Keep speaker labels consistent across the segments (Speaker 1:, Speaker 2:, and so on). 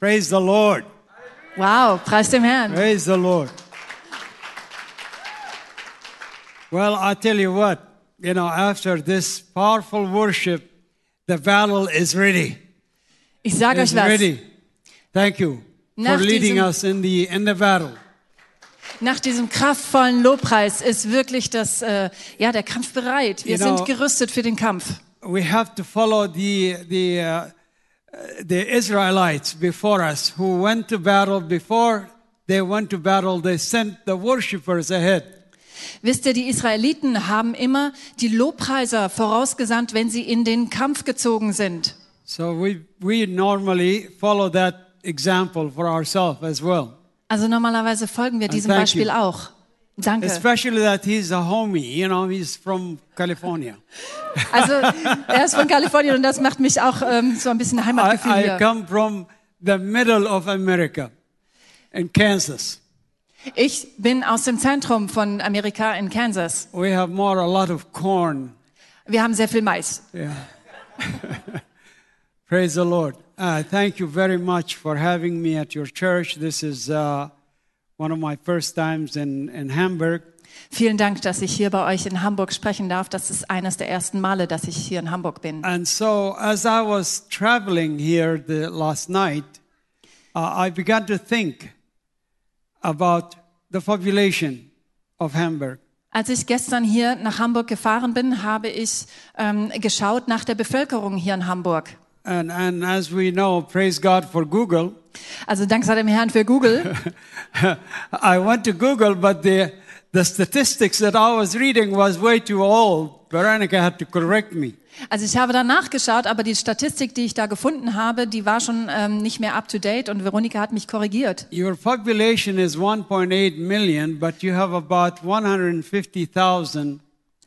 Speaker 1: Praise the Lord.
Speaker 2: Wow, preis dem Herrn.
Speaker 1: Praise the Lord. Well, I tell you what, you know, after this powerful worship, the battle is ready.
Speaker 2: Ich sage euch
Speaker 1: It's
Speaker 2: was.
Speaker 1: ready. Thank you
Speaker 2: Nach
Speaker 1: for leading
Speaker 2: diesem-
Speaker 1: us in the in the battle.
Speaker 2: Nach diesem kraftvollen Lobpreis ist wirklich das, äh, ja, der Kampf bereit. Wir
Speaker 1: You know-
Speaker 2: sind gerüstet für den Kampf.
Speaker 1: We have to follow the the uh, uh, the Israelites before us who went to battle before they went to battle. They sent the worshippers ahead.
Speaker 2: Wisst ihr, die Israeliten haben immer die Lobpreiser vorausgesandt, wenn sie in den Kampf gezogen sind.
Speaker 1: So we we normally follow that example for ourselves as well.
Speaker 2: Also normalerweise folgen wir diesem
Speaker 1: Ah, thank
Speaker 2: Beispiel
Speaker 1: you.
Speaker 2: auch. Danke.
Speaker 1: Especially that he's a homie, you know, he's from California.
Speaker 2: Also er ist von Kalifornien und das macht mich auch ähm, so ein bisschen
Speaker 1: I,
Speaker 2: Heimatgefühl
Speaker 1: I
Speaker 2: hier.
Speaker 1: come from the middle of America, in Kansas.
Speaker 2: Ich bin aus dem Zentrum von Amerika in Kansas.
Speaker 1: We have more a lot of corn.
Speaker 2: Wir haben sehr viel Mais.
Speaker 1: Yeah. Praise the Lord. Uh, thank you very much for having me at your church. This is uh, one of my first times in, in Hamburg.
Speaker 2: Vielen Dank, dass ich hier bei euch in Hamburg sprechen darf. Das ist eines der ersten Male, dass ich hier in Hamburg bin.
Speaker 1: And so, as I was traveling here the last night, uh, I began to think about the population of Hamburg.
Speaker 2: Als ich gestern hier nach Hamburg gefahren bin, habe ich ähm, geschaut nach der Bevölkerung hier in Hamburg.
Speaker 1: And, and as we know, praise God for Google.
Speaker 2: Also dank sei dem Herrn für Google.
Speaker 1: I went to Google, but the, the statistics that I was reading was way too old. Veronica had to correct me.
Speaker 2: Also ich habe da nachgeschaut, aber die Statistik, die ich da gefunden habe, die war schon ähm, nicht mehr up-to-date und Veronika hat mich korrigiert.
Speaker 1: Your population is 1.8 million, but you have about 150,000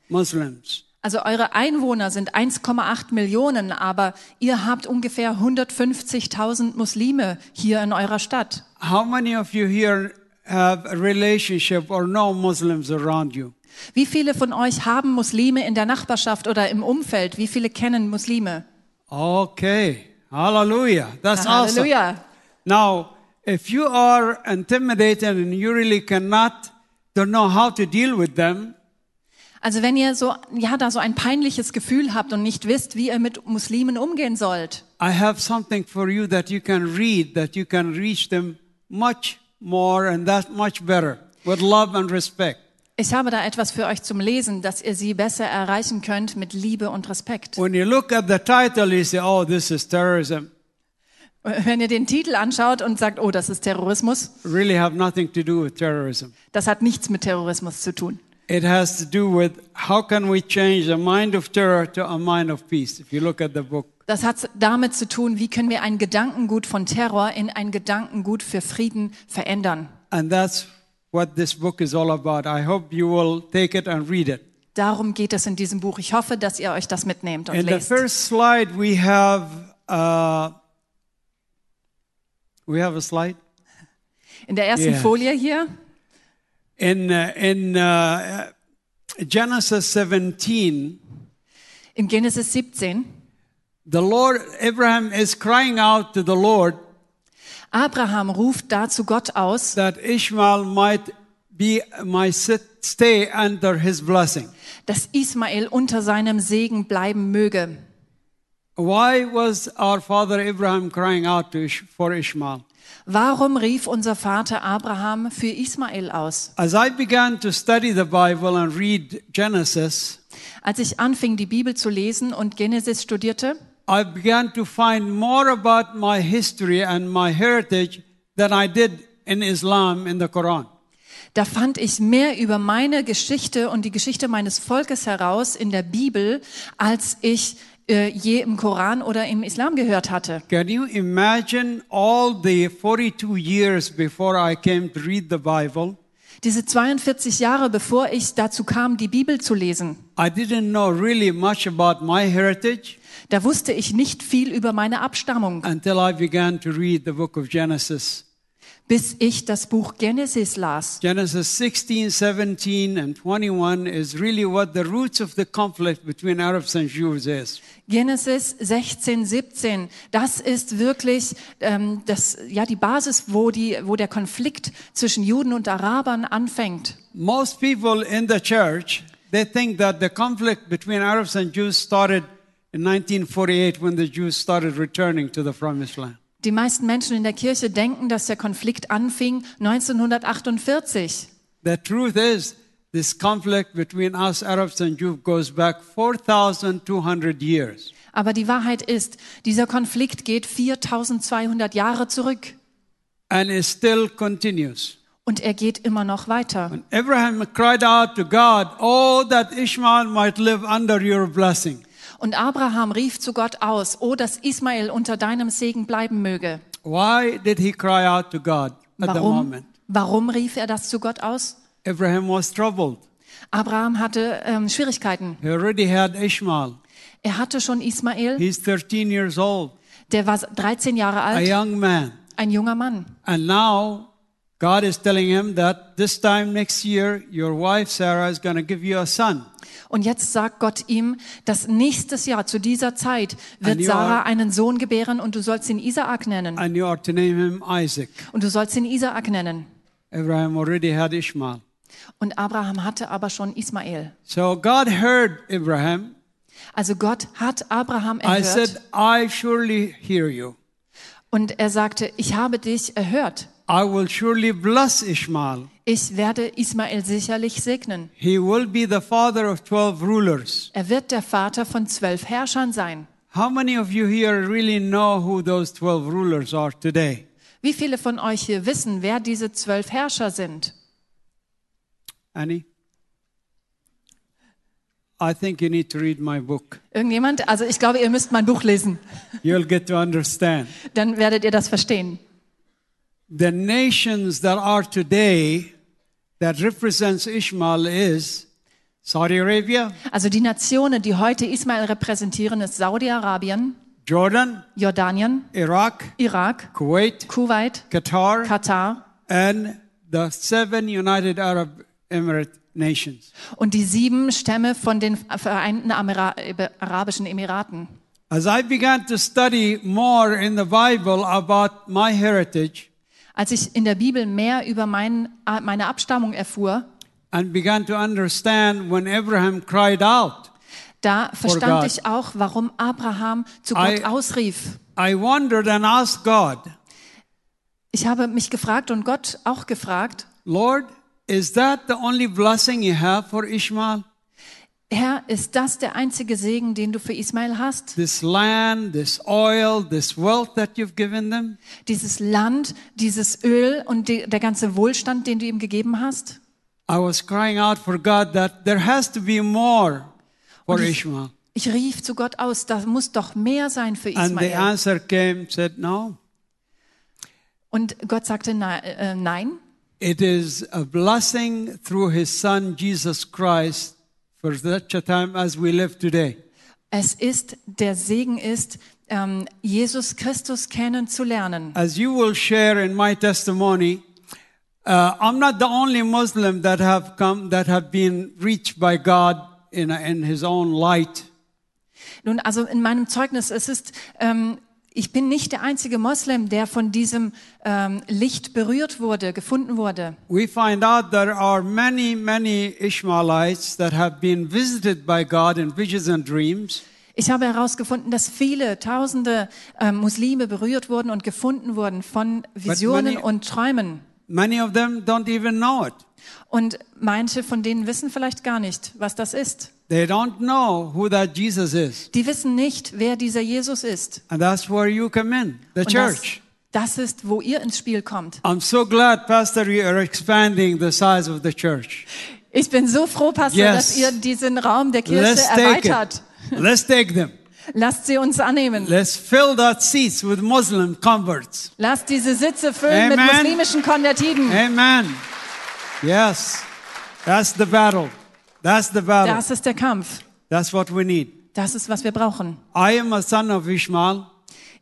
Speaker 1: Muslims.
Speaker 2: Also eure Einwohner sind 1,8 Millionen, aber ihr habt ungefähr 150.000 Muslime hier in eurer Stadt.
Speaker 1: How many of you here have a relationship or know Muslims around you?
Speaker 2: Wie viele von euch haben Muslime in der Nachbarschaft oder im Umfeld? Wie viele kennen Muslime?
Speaker 1: Okay. Hallelujah. That's awesome.
Speaker 2: Halleluja.
Speaker 1: Now, if you are intimidated and you really cannot, don't know how to deal with them,
Speaker 2: Also wenn ihr so, ja, da so ein peinliches Gefühl habt und nicht wisst, wie ihr mit Muslimen umgehen sollt,
Speaker 1: I have something for you that you can read, that you can reach them much more and that much better with love and respect.
Speaker 2: ich habe da etwas für euch zum Lesen, dass ihr sie besser erreichen könnt mit Liebe und Respekt.
Speaker 1: When you look at the title, you say, oh, this is terrorism.
Speaker 2: Wenn ihr den Titel anschaut und sagt, oh, das ist Terrorismus,
Speaker 1: Really have nothing to do with terrorism.
Speaker 2: das hat nichts mit Terrorismus zu tun.
Speaker 1: It has to do with how can we change the mind of terror to a mind of peace, if you look at the book.
Speaker 2: Das hat damit zu tun, wie können wir ein Gedankengut von Terror in ein Gedankengut für Frieden verändern.
Speaker 1: And that's what this book is all about. I hope you will take it and read it.
Speaker 2: Darum geht es in diesem Buch. Ich hoffe, dass ihr euch das mitnehmt und
Speaker 1: In the
Speaker 2: lest.
Speaker 1: first slide, we have uh, we have a slide.
Speaker 2: In der ersten
Speaker 1: Yeah.
Speaker 2: Folie hier,
Speaker 1: In, uh, in uh, Genesis 17,
Speaker 2: in Genesis 17,
Speaker 1: the Lord, Abraham is crying out to the Lord
Speaker 2: Abraham ruft dazu Gott aus,
Speaker 1: that Ishmael might be my sit, stay under his blessing.
Speaker 2: dass Ismael unter seinem Segen bleiben möge.
Speaker 1: Why was our father Abraham crying out to Ish, for Ishmael?
Speaker 2: Warum rief unser Vater Abraham für Ismael aus?
Speaker 1: As I began to study the Bible and read Genesis,
Speaker 2: Als ich anfing, die Bibel zu lesen und Genesis studierte,
Speaker 1: I began to find more about my history and my heritage than I did in Islam in the Quran.
Speaker 2: da fand ich mehr über meine Geschichte und die Geschichte meines Volkes heraus in der Bibel, als ich äh, je im Koran oder im Islam gehört hatte.
Speaker 1: Can you imagine all the 42 years before I came to read the Bible?
Speaker 2: Diese 42 Jahre, bevor ich dazu kam, die Bibel zu lesen,
Speaker 1: I didn't know really much about my heritage
Speaker 2: da wusste ich nicht viel über meine Abstammung,
Speaker 1: until I began to read the book of Genesis
Speaker 2: bis ich das Buch Genesis las.
Speaker 1: Genesis 16, 17, and 21 is really what the roots of the conflict between Arabs and Jews is.
Speaker 2: Genesis 16, 17, das ist wirklich ähm, das, ja, die Basis, wo, die, wo der Konflikt zwischen Juden und Arabern anfängt.
Speaker 1: Most people in the church, they think that the conflict between Arabs and Jews started in 1948 when the Jews started returning to the promised land.
Speaker 2: Die meisten Menschen in der Kirche denken, dass der Konflikt anfing 1948.
Speaker 1: The truth is, this conflict between us Arabs and Jews goes back 4,200 years.
Speaker 2: Aber die Wahrheit ist, dieser Konflikt geht 4200 Jahre zurück
Speaker 1: and it still continues.
Speaker 2: und er geht immer noch weiter.
Speaker 1: Abraham cried out to God, Oh, that Ishmael might live under your blessing.
Speaker 2: Und Abraham rief zu Gott aus, oh, dass Ismael unter deinem Segen bleiben möge.
Speaker 1: Why did he cry out to God at the
Speaker 2: Warum,
Speaker 1: moment?
Speaker 2: warum rief er das zu Gott aus?
Speaker 1: Abraham was troubled.
Speaker 2: Abraham hatte ähm, Schwierigkeiten.
Speaker 1: He already had Ishmael.
Speaker 2: Er hatte schon Ismael,
Speaker 1: He's 13 years old,
Speaker 2: der war 13 Jahre
Speaker 1: a
Speaker 2: alt,
Speaker 1: young man.
Speaker 2: ein junger Mann.
Speaker 1: And now God is telling him that this time next year, your wife Sarah is going to give you a son.
Speaker 2: Und jetzt sagt Gott ihm, dass nächstes Jahr zu dieser Zeit wird
Speaker 1: Ein Jahr.
Speaker 2: Sarah einen Sohn gebären und du sollst ihn Isaak nennen.
Speaker 1: and you are to name him Isaac.
Speaker 2: Und du sollst ihn Isaak nennen.
Speaker 1: Abraham already had Ishmael.
Speaker 2: Und Abraham hatte aber schon Ismael.
Speaker 1: So God heard Abraham.
Speaker 2: Also Gott hat Abraham
Speaker 1: I
Speaker 2: erhört.
Speaker 1: said, I surely hear you.
Speaker 2: Und er sagte, ich habe dich erhört.
Speaker 1: I will surely bless Ishmael.
Speaker 2: Ich werde Ismael sicherlich segnen.
Speaker 1: He will be the father of 12 rulers.
Speaker 2: Er wird der Vater von zwölf Herrschern sein.
Speaker 1: How many of you here really know who those 12 rulers are today?
Speaker 2: Wie viele von euch hier wissen, wer diese zwölf Herrscher sind?
Speaker 1: Annie? I think you need to read my book.
Speaker 2: Irgendjemand? Also ich glaube, ihr müsst mein Buch lesen.
Speaker 1: You'll get to understand.
Speaker 2: Dann werdet ihr das verstehen.
Speaker 1: the nations that are today that represents Ishmael is Saudi Arabia,
Speaker 2: Also die Nationen, die heute Ismael repräsentieren, ist Saudi-Arabien,
Speaker 1: Jordan,
Speaker 2: Jordanien,
Speaker 1: Iraq,
Speaker 2: Irak,
Speaker 1: Kuwait,
Speaker 2: Kuwait,
Speaker 1: Qatar,
Speaker 2: Katar
Speaker 1: and the seven United Arab Emirate nations.
Speaker 2: und die sieben Stämme von den Vereinten Amira äh, Arabischen Emiraten.
Speaker 1: As I began to study more in the Bible about my heritage
Speaker 2: Als ich in der Bibel mehr über mein, äh, meine Abstammung erfuhr,
Speaker 1: and began to understand when Abraham cried out,
Speaker 2: da verstand
Speaker 1: God.
Speaker 2: ich auch, warum Abraham zu Gott
Speaker 1: I-
Speaker 2: ausrief.
Speaker 1: I wondered and asked God,
Speaker 2: Ich habe mich gefragt und Gott auch gefragt,
Speaker 1: Lord, is that the only blessing you have for Ishmael?
Speaker 2: Herr, ist das der einzige Segen, den du für Ismael hast?
Speaker 1: this land, this oil, this wealth that you've given them?
Speaker 2: Dieses Land, dieses Öl und die, der ganze Wohlstand, den du ihm gegeben hast?
Speaker 1: I was crying out for God that there has to be more for Ishmael.
Speaker 2: Ich rief zu Gott aus, da muss doch mehr sein für
Speaker 1: And the
Speaker 2: Ismael.
Speaker 1: answer came, said, no,
Speaker 2: Und Gott sagte na, äh, nein.
Speaker 1: it is a blessing through his son Jesus Christ for such a time as we live today.
Speaker 2: Es ist, der Segen ist, ähm, Jesus Christus kennenzulernen.
Speaker 1: As you will share in my testimony, uh, I'm not the only Muslim that have come, that have been reached by God in, in his own light.
Speaker 2: Nun, also in meinem Zeugnis, es ist, ähm, ich bin nicht der einzige Moslem, der von diesem ähm, Licht berührt wurde, gefunden wurde.
Speaker 1: we find out there are many, many Ishmaelites that have been visited by God in visions and dreams,
Speaker 2: Ich habe herausgefunden, dass viele Tausende ähm, Muslime berührt wurden und gefunden wurden von Visionen
Speaker 1: many-
Speaker 2: und Träumen.
Speaker 1: many of them don't even know it.
Speaker 2: Und manche von denen wissen vielleicht gar nicht, was das ist.
Speaker 1: They don't know who that Jesus is.
Speaker 2: Die wissen nicht, wer dieser Jesus ist.
Speaker 1: And that's where you come in, the
Speaker 2: Und das,
Speaker 1: church.
Speaker 2: das ist, wo ihr ins Spiel kommt.
Speaker 1: I'm so glad, Pastor, you are expanding the size of the church.
Speaker 2: Ich bin so froh, Pastor,
Speaker 1: Yes.
Speaker 2: dass ihr diesen Raum der Kirche
Speaker 1: Let's take
Speaker 2: erweitert.
Speaker 1: it. Let's take them.
Speaker 2: Lasst sie uns annehmen.
Speaker 1: Let's fill that seats with Muslim converts.
Speaker 2: Lasst diese Sitze füllen mit
Speaker 1: Amen.
Speaker 2: muslimischen Konvertiten.
Speaker 1: Amen. Yes. That's the battle. That's the battle.
Speaker 2: Das ist der Kampf.
Speaker 1: That's what we need.
Speaker 2: Das ist, was wir brauchen.
Speaker 1: I am a son of Ishmael.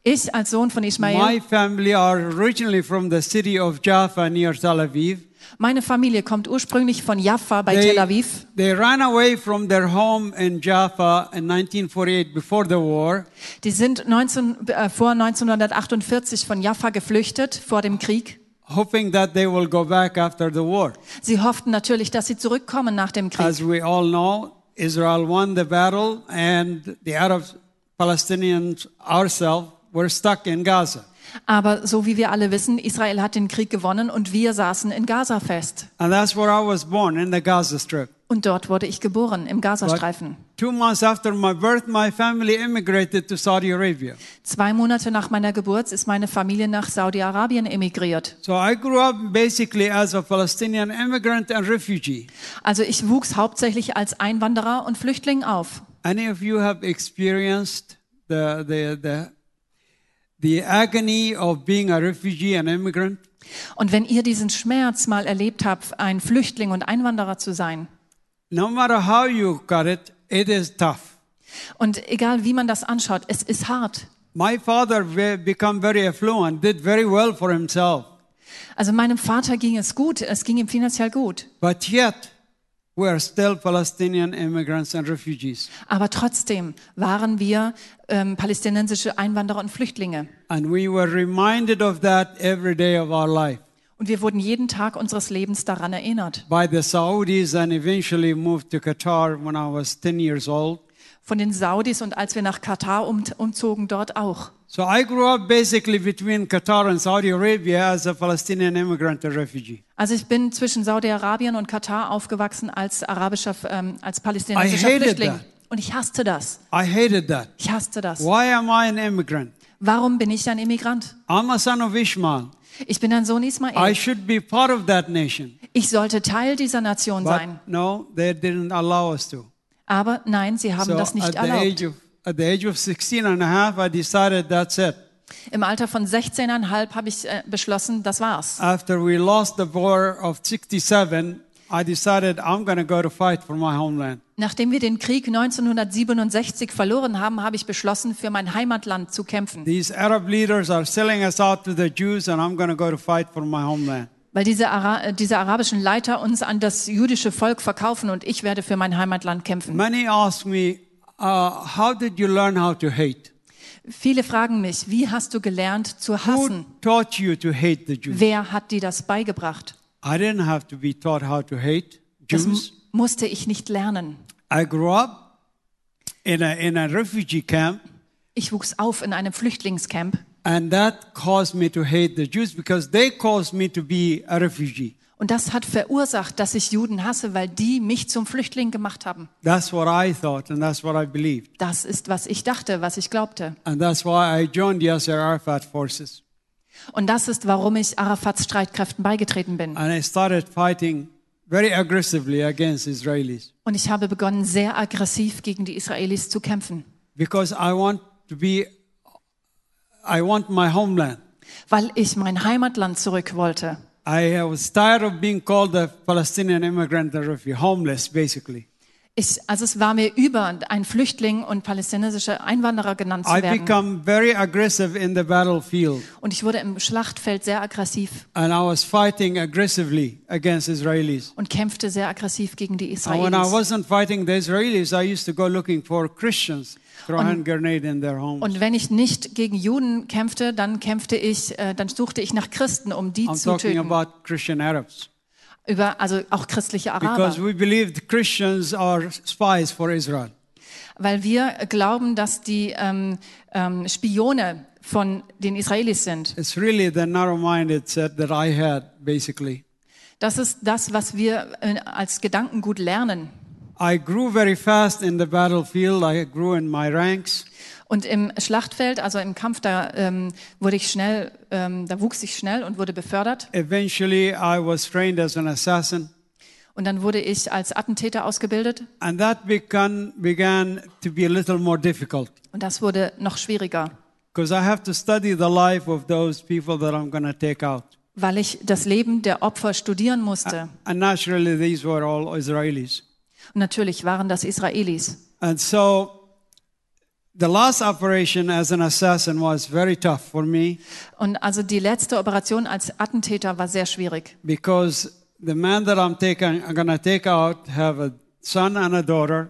Speaker 2: Ich als Sohn von Ismael,
Speaker 1: My family are originally from the city of Jaffa near Tel Aviv.
Speaker 2: meine Familie kommt ursprünglich von Jaffa bei
Speaker 1: They-
Speaker 2: Tel Aviv.
Speaker 1: They ran away from their home in Jaffa in 1948 before the war.
Speaker 2: Die sind 19, äh, vor 1948 von Jaffa geflüchtet, vor dem Krieg.
Speaker 1: hoping that they will go back after the war.
Speaker 2: Sie hofften natürlich, dass sie zurückkommen nach dem Krieg.
Speaker 1: As we all know, Israel won the battle, and the Arabs, Palestinians, ourselves, were stuck in Gaza.
Speaker 2: Aber so wie wir alle wissen, Israel hat den Krieg gewonnen und wir saßen in Gaza fest.
Speaker 1: And that's where I was born, in the Gaza Strip.
Speaker 2: Und dort wurde ich geboren, im Gazastreifen.
Speaker 1: Two months after my birth, my family immigrated to Saudi Arabia.
Speaker 2: Zwei Monate nach meiner Geburt ist meine Familie nach Saudi-Arabien emigriert.
Speaker 1: So I grew up basically as a Palestinian immigrant and refugee.
Speaker 2: Also ich wuchs hauptsächlich als Einwanderer und Flüchtling auf.
Speaker 1: Any of you have experienced the, the, the, the agony of being a refugee and immigrant?
Speaker 2: Und wenn ihr diesen Schmerz mal erlebt habt, ein Flüchtling und Einwanderer zu sein,
Speaker 1: No matter how you cut it, it is tough.
Speaker 2: und egal wie man das anschaut, es ist hart.
Speaker 1: My father be- become very affluent, did very well for himself,
Speaker 2: Also meinem Vater ging es gut, es ging ihm finanziell gut.
Speaker 1: but yet we are still Palestinian immigrants and refugees,
Speaker 2: Aber trotzdem waren wir ähm, palästinensische Einwanderer und Flüchtlinge.
Speaker 1: and we were reminded of that every day of our life
Speaker 2: Und wir wurden jeden Tag unseres Lebens daran erinnert.
Speaker 1: by the Saudis, and eventually moved to Qatar when I was 10 years old.
Speaker 2: Von den Saudis und als wir nach Katar um, umzogen, dort auch.
Speaker 1: So I grew up basically between Qatar and Saudi Arabia as a Palestinian immigrant and refugee.
Speaker 2: Also ich bin zwischen Saudi-Arabien und Katar aufgewachsen als arabischer, ähm, als palästinensischer
Speaker 1: I hated
Speaker 2: Flüchtling.
Speaker 1: that.
Speaker 2: Und ich hasste das.
Speaker 1: I hated that.
Speaker 2: Ich hasste das.
Speaker 1: Why am I an immigrant?
Speaker 2: Warum bin ich ein Immigrant?
Speaker 1: I'm a son of Ishmael.
Speaker 2: Ich bin ein Sohn Ismael.
Speaker 1: I should be part of that nation.
Speaker 2: ich sollte Teil dieser Nation sein.
Speaker 1: But no, they didn't allow us to.
Speaker 2: Aber nein, sie haben
Speaker 1: So
Speaker 2: das
Speaker 1: at
Speaker 2: nicht
Speaker 1: the, age
Speaker 2: erlaubt.
Speaker 1: of, at the age of 16 and a half, I decided that's it.
Speaker 2: Im Alter von 16,5 habe ich äh, beschlossen, das war's.
Speaker 1: After we lost the war of 67, I decided I'm going to go to fight for my homeland.
Speaker 2: Nachdem wir den Krieg 1967 verloren haben, habe ich beschlossen, für mein Heimatland zu kämpfen.
Speaker 1: These Arab leaders are selling us out to the Jews, and I'm going to go to fight for my homeland.
Speaker 2: Weil diese, Ara äh, diese arabischen Leiter uns an das jüdische Volk verkaufen und ich werde für mein Heimatland kämpfen.
Speaker 1: Many ask me, uh, How did you learn how to hate?
Speaker 2: Viele fragen mich, wie hast du gelernt zu
Speaker 1: Who
Speaker 2: hassen?
Speaker 1: taught you to hate the Jews?
Speaker 2: Wer hat dir das beigebracht?
Speaker 1: I didn't have to be taught how to hate
Speaker 2: Das mu-
Speaker 1: Jews.
Speaker 2: musste ich nicht lernen.
Speaker 1: I grew up in a, in a refugee camp,
Speaker 2: Ich wuchs auf in einem Flüchtlingscamp
Speaker 1: and that caused me to hate the Jews because they caused me to be a refugee.
Speaker 2: und das hat verursacht, dass ich Juden hasse, weil die mich zum Flüchtling gemacht haben.
Speaker 1: That's what I thought, and that's what I believed.
Speaker 2: Das ist, was ich dachte, was ich glaubte.
Speaker 1: And that's why I joined Yasser Arafat forces.
Speaker 2: Und das ist, warum ich Arafats Streitkräften beigetreten bin.
Speaker 1: And I started fighting very aggressively against Israelis
Speaker 2: Und ich habe begonnen, sehr aggressiv gegen die Israelis zu kämpfen,
Speaker 1: because I want to be, I want my homeland.
Speaker 2: weil ich mein Heimatland zurück wollte.
Speaker 1: I was tired of being called a Palestinian immigrant and refugee, homeless basically.
Speaker 2: Ich, also es war mir über, ein Flüchtling und palästinensischer Einwanderer genannt
Speaker 1: I
Speaker 2: zu werden.
Speaker 1: become very aggressive in the battlefield.
Speaker 2: Und ich wurde im Schlachtfeld sehr aggressiv
Speaker 1: and I was fighting aggressively against Israelis.
Speaker 2: und kämpfte sehr aggressiv gegen die
Speaker 1: And Uh, when I
Speaker 2: Israelis.
Speaker 1: wasn't fighting the Israelis, I used to go looking for Christians throwing hand grenade in their home.
Speaker 2: Und wenn ich nicht gegen Juden kämpfte, dann kämpfte ich, äh, dann suchte ich nach Christen, um die
Speaker 1: I'm
Speaker 2: zu
Speaker 1: talking
Speaker 2: töten.
Speaker 1: about Christian Arabs
Speaker 2: Über, also auch christliche Araber.
Speaker 1: because we believed Christians are spies for Israel.
Speaker 2: Weil wir glauben, dass die ähm, ähm, Spione von den Israelis sind.
Speaker 1: It's really the narrow-minded set that I had basically.
Speaker 2: Das ist das, was wir äh, als Gedankengut lernen.
Speaker 1: I grew very fast in the battlefield. I grew in my ranks.
Speaker 2: Und im Schlachtfeld, also im Kampf, da ähm, wurde ich schnell, ähm, da wuchs ich schnell und wurde befördert.
Speaker 1: Eventually, I was trained as an assassin,
Speaker 2: Und dann wurde ich als Attentäter ausgebildet.
Speaker 1: and that began began to be a little more difficult.
Speaker 2: Und das wurde noch schwieriger,
Speaker 1: Because I have to study the life of those people that I'm going to take out.
Speaker 2: weil ich das Leben der Opfer studieren musste.
Speaker 1: And naturally, these were all Israelis.
Speaker 2: Und natürlich waren das Israelis.
Speaker 1: And so The last operation as an assassin was very tough for me
Speaker 2: Und also die letzte Operation als Attentäter war sehr schwierig,
Speaker 1: because the man that I'm taking, I'm gonna take out have a son and a daughter,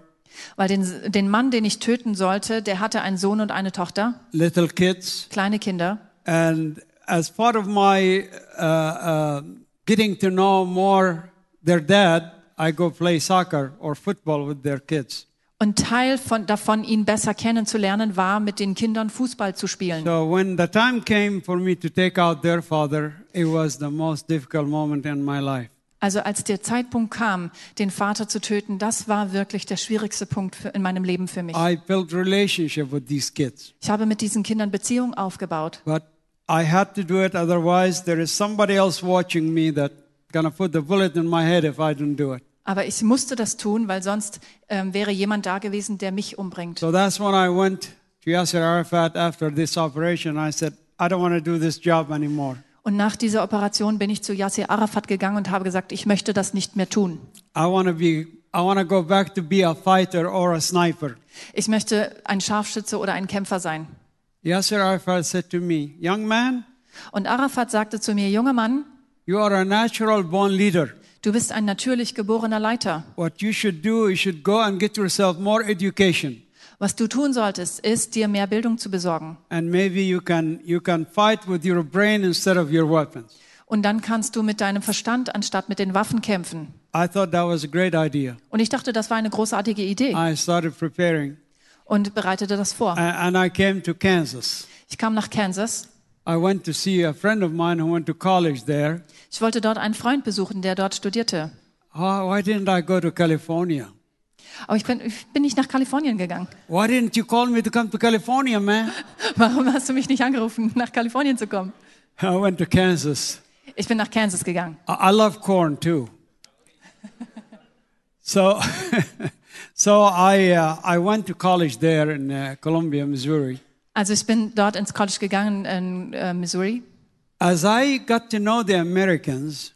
Speaker 2: weil den, den Mann, den ich töten sollte, der hatte einen Sohn und eine Tochter,
Speaker 1: little kids,
Speaker 2: kleine Kinder.
Speaker 1: and as part of my uh, uh, getting to know more their dad, I go play soccer or football with their kids.
Speaker 2: Und Teil von, davon, ihn besser kennenzulernen, war, mit den Kindern Fußball zu spielen.
Speaker 1: So when the time came for me to take out their father, it was the most difficult moment in my life.
Speaker 2: Also als der Zeitpunkt kam, den Vater zu töten, das war wirklich der schwierigste Punkt für, in meinem Leben für mich.
Speaker 1: I built relationship with these kids,
Speaker 2: Ich habe mit diesen Kindern Beziehungen aufgebaut.
Speaker 1: but I had to do it. Otherwise, there is somebody else watching me that gonna put the bullet in my head if I don't do it.
Speaker 2: Aber ich musste das tun, weil sonst ähm, wäre jemand da gewesen, der mich umbringt.
Speaker 1: So that's when I went to Yasser Arafat after this operation. I said, I don't want to do this job anymore.
Speaker 2: Und nach dieser Operation bin ich zu Yasser Arafat gegangen und habe gesagt, ich möchte das nicht mehr tun.
Speaker 1: I want to be. I want to go back to be a fighter or a sniper.
Speaker 2: Ich möchte ein Scharfschütze oder ein Kämpfer sein.
Speaker 1: Yasser Arafat said to me, "Young man,
Speaker 2: Und Arafat sagte zu mir, junger Mann,
Speaker 1: you are a natural-born leader.
Speaker 2: du bist ein natürlich geborener Leiter.
Speaker 1: What you should do, you should go and get yourself more education,
Speaker 2: Was du tun solltest, ist, dir mehr Bildung zu besorgen.
Speaker 1: and maybe you can you can fight with your brain instead of your weapons."
Speaker 2: Und dann kannst du mit deinem Verstand anstatt mit den Waffen kämpfen.
Speaker 1: I thought that was a great idea.
Speaker 2: Und ich dachte, das war eine großartige Idee
Speaker 1: I started preparing,
Speaker 2: und bereitete das vor.
Speaker 1: a- and I came to Kansas.
Speaker 2: Ich kam nach Kansas.
Speaker 1: I went to see a friend of mine who went to college there.
Speaker 2: Ich wollte dort einen Freund besuchen, der dort studierte.
Speaker 1: Oh, why didn't I go to California?
Speaker 2: Aber ich bin, ich bin nicht nach Kalifornien gegangen.
Speaker 1: Why didn't you call me to come to California, man?
Speaker 2: Warum hast du mich nicht angerufen, nach Kalifornien zu kommen?
Speaker 1: I went to Kansas.
Speaker 2: Ich bin nach Kansas gegangen.
Speaker 1: I, I love corn too. so, so I uh, I went to college there in uh, Columbia, Missouri.
Speaker 2: Also ich bin dort ins College gegangen in äh, Missouri.
Speaker 1: As I got to know the Americans,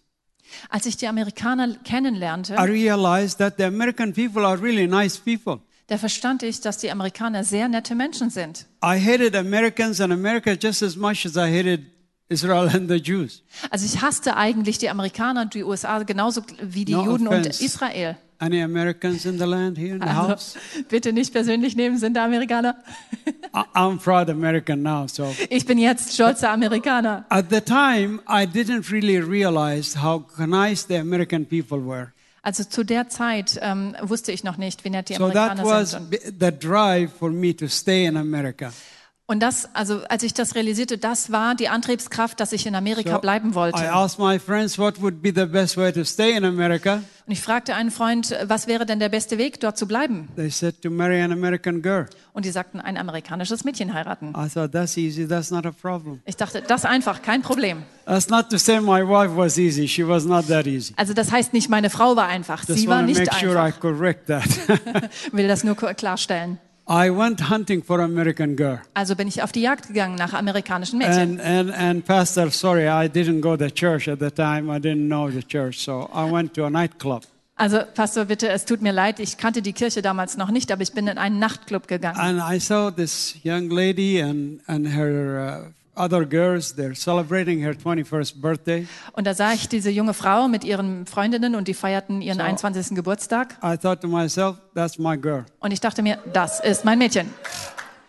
Speaker 2: Als ich die Amerikaner
Speaker 1: I
Speaker 2: kennenlernte,
Speaker 1: realized that the American people are really nice people.
Speaker 2: da verstand ich, dass die Amerikaner sehr nette Menschen sind.
Speaker 1: I hated Americans and America just as much as I hated Israel and the Jews.
Speaker 2: Also ich hasste eigentlich die Amerikaner und die USA genauso wie die
Speaker 1: No
Speaker 2: Juden und
Speaker 1: offense.
Speaker 2: Israel.
Speaker 1: Any Americans in the land here in the house?
Speaker 2: Also, bitte nicht persönlich nehmen, sind da Amerikaner.
Speaker 1: I- I'm proud American now, so.
Speaker 2: Ich bin jetzt stolzer Amerikaner.
Speaker 1: At the time, I didn't really realize how nice the American people were.
Speaker 2: Also zu der Zeit ähm, wusste ich noch nicht, wie nett die
Speaker 1: So that
Speaker 2: Amerikaner
Speaker 1: was
Speaker 2: sind. Und,
Speaker 1: b- the drive for me to stay in America.
Speaker 2: und das, also als ich das realisierte, das war die Antriebskraft, dass ich in Amerika
Speaker 1: So
Speaker 2: bleiben wollte.
Speaker 1: I asked my friends what would be the best way to stay in America.
Speaker 2: und ich fragte einen Freund, was wäre denn der beste Weg, dort zu bleiben?
Speaker 1: They said to marry an American girl.
Speaker 2: Und die sagten, ein amerikanisches Mädchen heiraten.
Speaker 1: I thought that's easy, that's not a problem.
Speaker 2: Ich dachte, das einfach, kein Problem.
Speaker 1: That's not to say my wife was easy, she was not that easy.
Speaker 2: Also das heißt nicht, meine Frau war einfach.
Speaker 1: Just
Speaker 2: Sie war
Speaker 1: want to
Speaker 2: nicht
Speaker 1: make sure I
Speaker 2: einfach.
Speaker 1: correct that.
Speaker 2: will das nur ko- klarstellen.
Speaker 1: I went hunting for American girl.
Speaker 2: Also bin ich auf die Jagd gegangen nach amerikanischen Mädchen.
Speaker 1: And, and, and Pastor, sorry, I didn't go to church at the time. I didn't know the church, so I went to a nightclub.
Speaker 2: Also Pastor, bitte, es tut mir leid, ich kannte die Kirche damals noch nicht, aber ich bin in einen Nachtclub gegangen.
Speaker 1: And I saw this young lady and, and her uh, other girls. They're celebrating her 21st birthday.
Speaker 2: Und da sah ich diese junge Frau mit ihren Freundinnen und die feierten ihren
Speaker 1: So.
Speaker 2: 21. Geburtstag.
Speaker 1: I thought to myself, that's my girl.
Speaker 2: Und ich dachte mir, das ist mein Mädchen.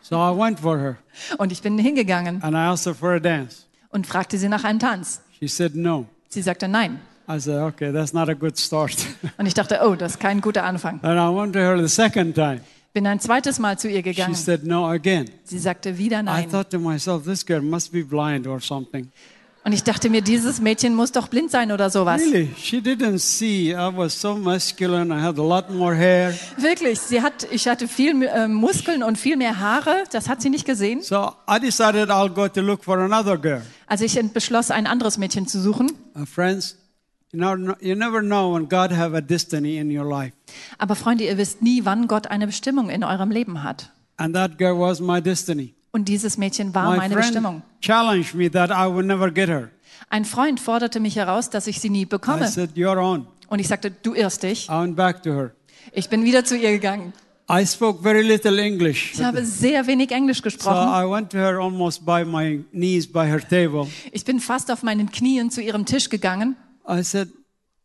Speaker 1: So I went for her
Speaker 2: Und ich bin hingegangen
Speaker 1: and I asked her for a dance.
Speaker 2: und fragte sie nach einem Tanz.
Speaker 1: She said no.
Speaker 2: Sie sagte nein.
Speaker 1: I said, okay, that's not a good start.
Speaker 2: Und ich dachte, oh, das ist kein guter Anfang.
Speaker 1: and I went to her the second time.
Speaker 2: Bin ein zweites Mal zu ihr
Speaker 1: She
Speaker 2: gegangen.
Speaker 1: said no again.
Speaker 2: Sie sagte wieder
Speaker 1: I
Speaker 2: nein.
Speaker 1: thought to myself, this girl must be blind or something.
Speaker 2: Und ich dachte mir, dieses Mädchen muss doch blind sein oder sowas.
Speaker 1: Really, she didn't see. I was so masculine. I had a lot more hair.
Speaker 2: Wirklich, sie hat, ich hatte viel äh, Muskeln und viel mehr Haare. Das hat sie nicht gesehen.
Speaker 1: So I decided I'll go to look for another girl.
Speaker 2: Also ich ent- beschloss, ein anderes Mädchen zu suchen.
Speaker 1: Uh, friends, you, know, you never know when God have a destiny in your life.
Speaker 2: Aber Freunde, ihr wisst nie, wann Gott eine Bestimmung in eurem Leben hat.
Speaker 1: And that girl was my destiny.
Speaker 2: Und dieses Mädchen war
Speaker 1: my
Speaker 2: meine
Speaker 1: friend
Speaker 2: Bestimmung.
Speaker 1: challenged me that I would never get her.
Speaker 2: Ein Freund forderte mich heraus, dass ich sie nie
Speaker 1: I
Speaker 2: bekomme.
Speaker 1: said, you're on.
Speaker 2: Und ich sagte, du irrst dich.
Speaker 1: I went back to her.
Speaker 2: Ich bin wieder zu ihr gegangen.
Speaker 1: I spoke very little English.
Speaker 2: Ich habe sehr wenig Englisch
Speaker 1: So
Speaker 2: gesprochen.
Speaker 1: I went to her almost by my knees by her table.
Speaker 2: Ich bin fast auf meinen Knien zu ihrem Tisch gegangen
Speaker 1: I said,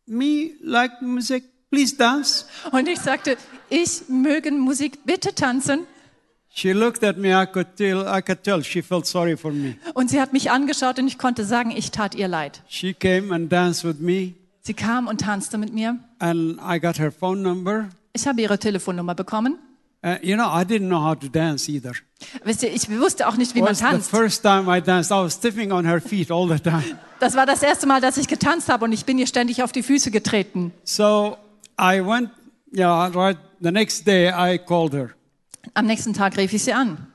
Speaker 1: Me like music, please dance.
Speaker 2: und ich sagte, ich möge Musik bitte tanzen.
Speaker 1: She looked at me, I could tell I could tell she felt sorry for me.
Speaker 2: Und sie hat mich angeschaut und ich konnte sagen, ich tat ihr leid.
Speaker 1: She came and danced with me
Speaker 2: Sie kam und tanzte mit mir.
Speaker 1: and I got her phone number.
Speaker 2: Ich habe ihre Telefonnummer bekommen.
Speaker 1: Uh, you know, I didn't know how to dance either.
Speaker 2: Wisst ihr, ich wusste auch nicht, wie
Speaker 1: It
Speaker 2: man
Speaker 1: was the
Speaker 2: tanzt.
Speaker 1: first time I danced. I was stepping on her feet all the time.
Speaker 2: Das war das erste Mal, dass ich getanzt habe und ich bin ihr ständig auf die Füße getreten.
Speaker 1: So I went, yeah, right. The next day I called her
Speaker 2: Am nächsten Tag rief ich sie an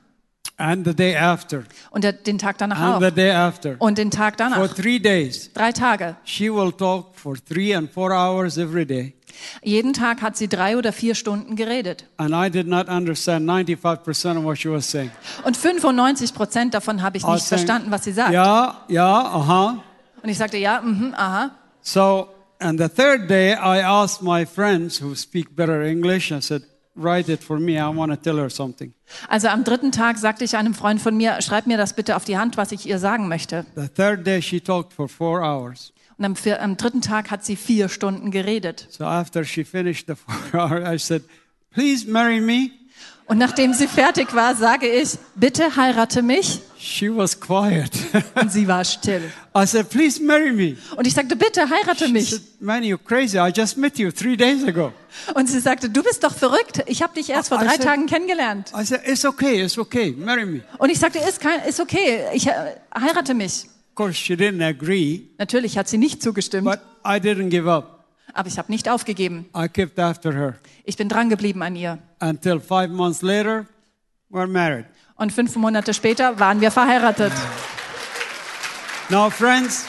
Speaker 1: and the day after
Speaker 2: und der, den Tag danach
Speaker 1: and the
Speaker 2: auch
Speaker 1: day after.
Speaker 2: und den Tag
Speaker 1: For
Speaker 2: danach.
Speaker 1: three days,
Speaker 2: Drei Tage.
Speaker 1: she will talk for three and four hours every day.
Speaker 2: Jeden Tag hat sie drei oder vier Stunden geredet.
Speaker 1: And I did not understand 95% of what she was saying.
Speaker 2: Und 95 Prozent davon habe ich
Speaker 1: I
Speaker 2: nicht
Speaker 1: was saying,
Speaker 2: verstanden, was sie sagt.
Speaker 1: Yeah, yeah, uh huh.
Speaker 2: Und ich sagte, ja, mhm, aha.
Speaker 1: So, and the third day, I asked my friends who speak better English, I said, write it for me. I want to tell her something.
Speaker 2: Also am dritten Tag sagte ich einem Freund von mir, schreib mir das bitte auf die Hand, was ich ihr sagen möchte.
Speaker 1: The third day, she talked for four hours.
Speaker 2: Und am, vier, am dritten Tag hat sie vier Stunden geredet.
Speaker 1: So, after she finished the four hours, I said, please marry me.
Speaker 2: Und nachdem sie fertig war, sage ich, bitte heirate mich.
Speaker 1: She was quiet.
Speaker 2: Und sie war still.
Speaker 1: I said, please marry me.
Speaker 2: Und ich sagte, bitte heirate
Speaker 1: She
Speaker 2: mich.
Speaker 1: said, man, you're crazy. I just met you three days ago.
Speaker 2: Und sie sagte, du bist doch verrückt. Ich habe dich erst vor
Speaker 1: I
Speaker 2: drei
Speaker 1: said-
Speaker 2: Tagen kennengelernt.
Speaker 1: I said, it's okay, it's okay, marry me.
Speaker 2: Und ich sagte, ist, kein, ist okay, ich äh, heirate mich.
Speaker 1: Of course, she didn't agree,
Speaker 2: Natürlich hat sie nicht zugestimmt,
Speaker 1: but I didn't give up.
Speaker 2: aber ich habe nicht aufgegeben.
Speaker 1: I kept after her
Speaker 2: Ich bin dran geblieben an ihr.
Speaker 1: until five months later, we're married.
Speaker 2: Und fünf Monate später waren wir verheiratet.
Speaker 1: Now, friends,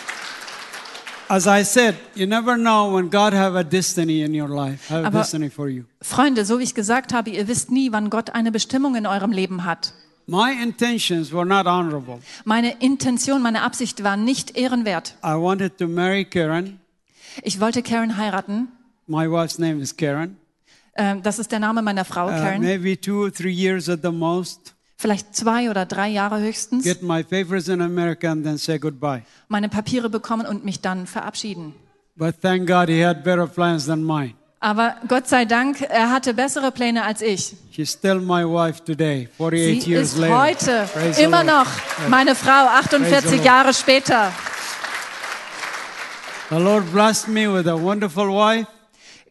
Speaker 1: as I said, you never know when God have a destiny in your life, have a
Speaker 2: Aber-
Speaker 1: destiny for you.
Speaker 2: Freunde, so wie ich gesagt habe, ihr wisst nie, wann Gott eine Bestimmung in eurem Leben hat.
Speaker 1: My intentions were not honorable.
Speaker 2: Meine Intention, meine Absicht war nicht ehrenwert.
Speaker 1: I wanted to marry Karen.
Speaker 2: Ich wollte Karen heiraten.
Speaker 1: My wife's name is Karen.
Speaker 2: Ähm, das ist der Name meiner Frau,
Speaker 1: Uh,
Speaker 2: Karen.
Speaker 1: maybe two, three years at the most.
Speaker 2: Vielleicht zwei oder drei Jahre höchstens.
Speaker 1: Get my papers in America and then say goodbye.
Speaker 2: meine Papiere bekommen und mich dann verabschieden.
Speaker 1: But thank God he had better plans than mine.
Speaker 2: Aber Gott sei Dank, er hatte bessere Pläne als ich.
Speaker 1: She's still my wife today, 48
Speaker 2: Sie
Speaker 1: years
Speaker 2: ist
Speaker 1: later.
Speaker 2: heute
Speaker 1: Praise the
Speaker 2: immer
Speaker 1: Lord.
Speaker 2: noch meine Frau,
Speaker 1: Praise the
Speaker 2: 48
Speaker 1: Lord.
Speaker 2: Jahre später.
Speaker 1: The Lord blessed me with a wonderful wife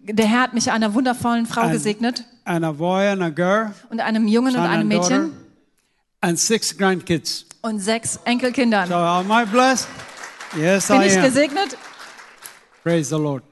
Speaker 2: Der Herr hat mich einer wundervollen Frau
Speaker 1: And-
Speaker 2: gesegnet
Speaker 1: and a boy and a girl,
Speaker 2: und einem Jungen und
Speaker 1: son
Speaker 2: einem
Speaker 1: and daughter,
Speaker 2: Mädchen
Speaker 1: and six grandkids.
Speaker 2: und sechs Enkelkindern.
Speaker 1: So am I blessed? Yes,
Speaker 2: Bin
Speaker 1: I
Speaker 2: ich
Speaker 1: am.
Speaker 2: gesegnet?
Speaker 1: Praise the Lord.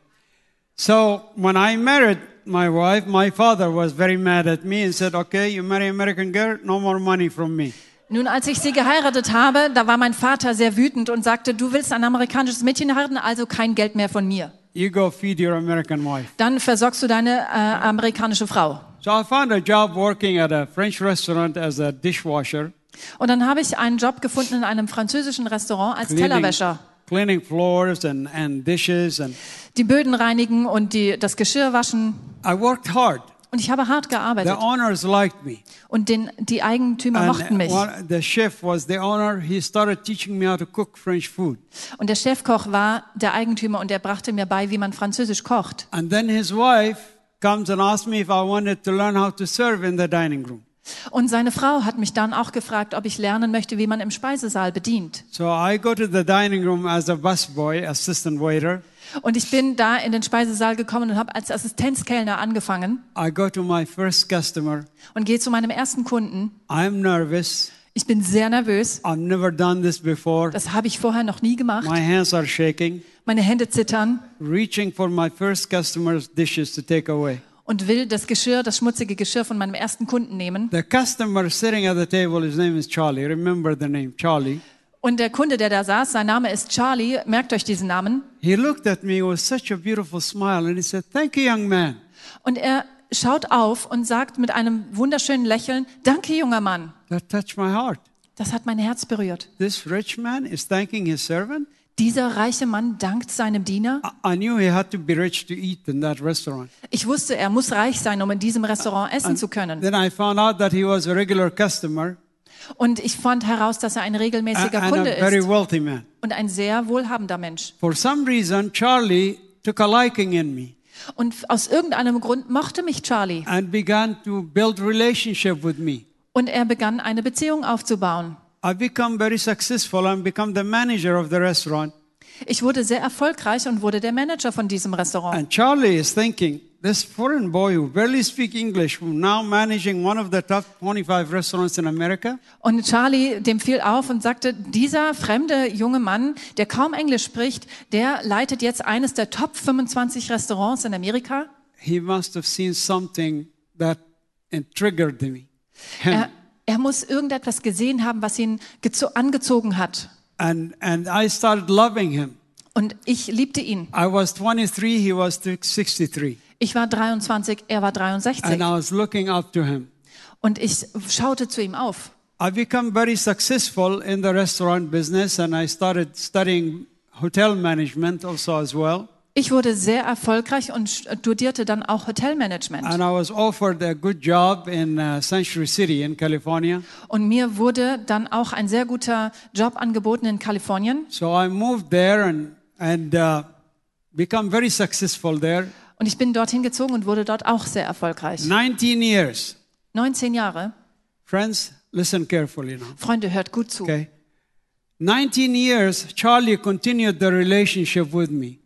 Speaker 1: So when I married my wife, my father was very mad at me and said, "Okay, you marry American girl, no more money from me."
Speaker 2: Nun, als ich sie geheiratet habe, da war mein Vater sehr wütend und sagte, du willst ein amerikanisches Mädchen heiraten, also kein Geld mehr von mir.
Speaker 1: You go feed your American wife.
Speaker 2: Dann versorgst du deine äh, amerikanische Frau.
Speaker 1: So I found a job working at a French restaurant as a dishwasher,
Speaker 2: Und dann habe ich einen Job gefunden in einem französischen Restaurant als
Speaker 1: cleaning,
Speaker 2: Tellerwäscher.
Speaker 1: cleaning floors and, and dishes, and
Speaker 2: Die Böden reinigen und die, das Geschirr waschen.
Speaker 1: I worked hard.
Speaker 2: Und ich habe hart
Speaker 1: The
Speaker 2: gearbeitet.
Speaker 1: owners liked me.
Speaker 2: Und den, die Eigentümer mochten mich.
Speaker 1: one- the chef was the owner. He started teaching me how to cook French food.
Speaker 2: Und der Chefkoch war der Eigentümer und er brachte mir bei, wie man französisch kocht.
Speaker 1: And then his wife comes and asks me if I wanted to learn how to serve in the dining room.
Speaker 2: Und seine Frau hat mich dann auch gefragt, ob ich lernen möchte, wie man im Speisesaal bedient.
Speaker 1: So I go to the dining room as a busboy, assistant waiter.
Speaker 2: Und ich bin da in den Speisesaal gekommen und habe als Assistenzkellner angefangen
Speaker 1: I go to my first customer.
Speaker 2: und gehe zu meinem ersten Kunden.
Speaker 1: I'm nervous.
Speaker 2: Ich bin sehr nervös.
Speaker 1: I've never done this before.
Speaker 2: Das habe ich vorher noch nie gemacht.
Speaker 1: My hands are shaking,
Speaker 2: Meine Hände zittern.
Speaker 1: reaching for my first customer's dishes to take away.
Speaker 2: und will das Geschirr, das schmutzige Geschirr von meinem ersten Kunden nehmen.
Speaker 1: The customer sitting at the table, his name is Charlie. Remember the name, Charlie.
Speaker 2: Und der Kunde, der da saß, sein Name ist Charlie, merkt euch diesen Namen.
Speaker 1: He looked at me with such a beautiful smile and he said, Thank you, young man.
Speaker 2: Und er schaut auf und sagt mit einem wunderschönen Lächeln, danke junger Mann,
Speaker 1: That touched my heart.
Speaker 2: das hat mein Herz berührt.
Speaker 1: This rich man is thanking his servant?
Speaker 2: Dieser reiche Mann dankt seinem Diener.
Speaker 1: I- I knew he had to be rich to eat in that restaurant.
Speaker 2: Ich wusste, er muss reich sein, um in diesem Restaurant essen zu können.
Speaker 1: Then I found out that he was a regular customer
Speaker 2: Und ich fand heraus, dass er ein
Speaker 1: a-
Speaker 2: regelmäßiger
Speaker 1: and a
Speaker 2: Kunde
Speaker 1: very
Speaker 2: ist
Speaker 1: wealthy man.
Speaker 2: und ein sehr wohlhabender Mensch.
Speaker 1: For some reason, Charlie took a liking in me
Speaker 2: Und aus irgendeinem Grund mochte mich Charlie
Speaker 1: and began to build relationship with me.
Speaker 2: und er begann eine Beziehung aufzubauen.
Speaker 1: I become very successful and become the manager of the restaurant.
Speaker 2: Ich wurde sehr erfolgreich und wurde der Manager von diesem Restaurant.
Speaker 1: And Charlie is thinking, this foreign boy who barely speaks English, who now managing one of the top 25 restaurants in America,
Speaker 2: Und Charlie, dem fiel auf und sagte, dieser fremde junge Mann, der kaum Englisch spricht, der leitet jetzt eines der Top 25 Restaurants in Amerika.
Speaker 1: he must have seen something that it triggered me. Him.
Speaker 2: Er, er muss irgendetwas gesehen haben, was ihn gezo- angezogen hat.
Speaker 1: and, and I started loving him.
Speaker 2: Und ich liebte ihn.
Speaker 1: I was 23, he was 63.
Speaker 2: Ich war 23, er war 63.
Speaker 1: And I was looking up to him.
Speaker 2: Und ich schaute zu ihm auf.
Speaker 1: I become very successful in the restaurant business and I started studying hotel management also as well.
Speaker 2: Ich wurde sehr erfolgreich und studierte dann auch Hotelmanagement.
Speaker 1: And I was offered a good job in uh, Century City in California.
Speaker 2: Und mir wurde dann auch ein sehr guter Job angeboten in Kalifornien.
Speaker 1: So I moved there and, and uh, become very successful there.
Speaker 2: Und ich bin dorthin gezogen und wurde dort auch sehr erfolgreich.
Speaker 1: 19 years.
Speaker 2: 19 Jahre.
Speaker 1: Friends, listen carefully now.
Speaker 2: Freunde, hört gut zu.
Speaker 1: Okay. 19 years, Charlie continued the relationship with me.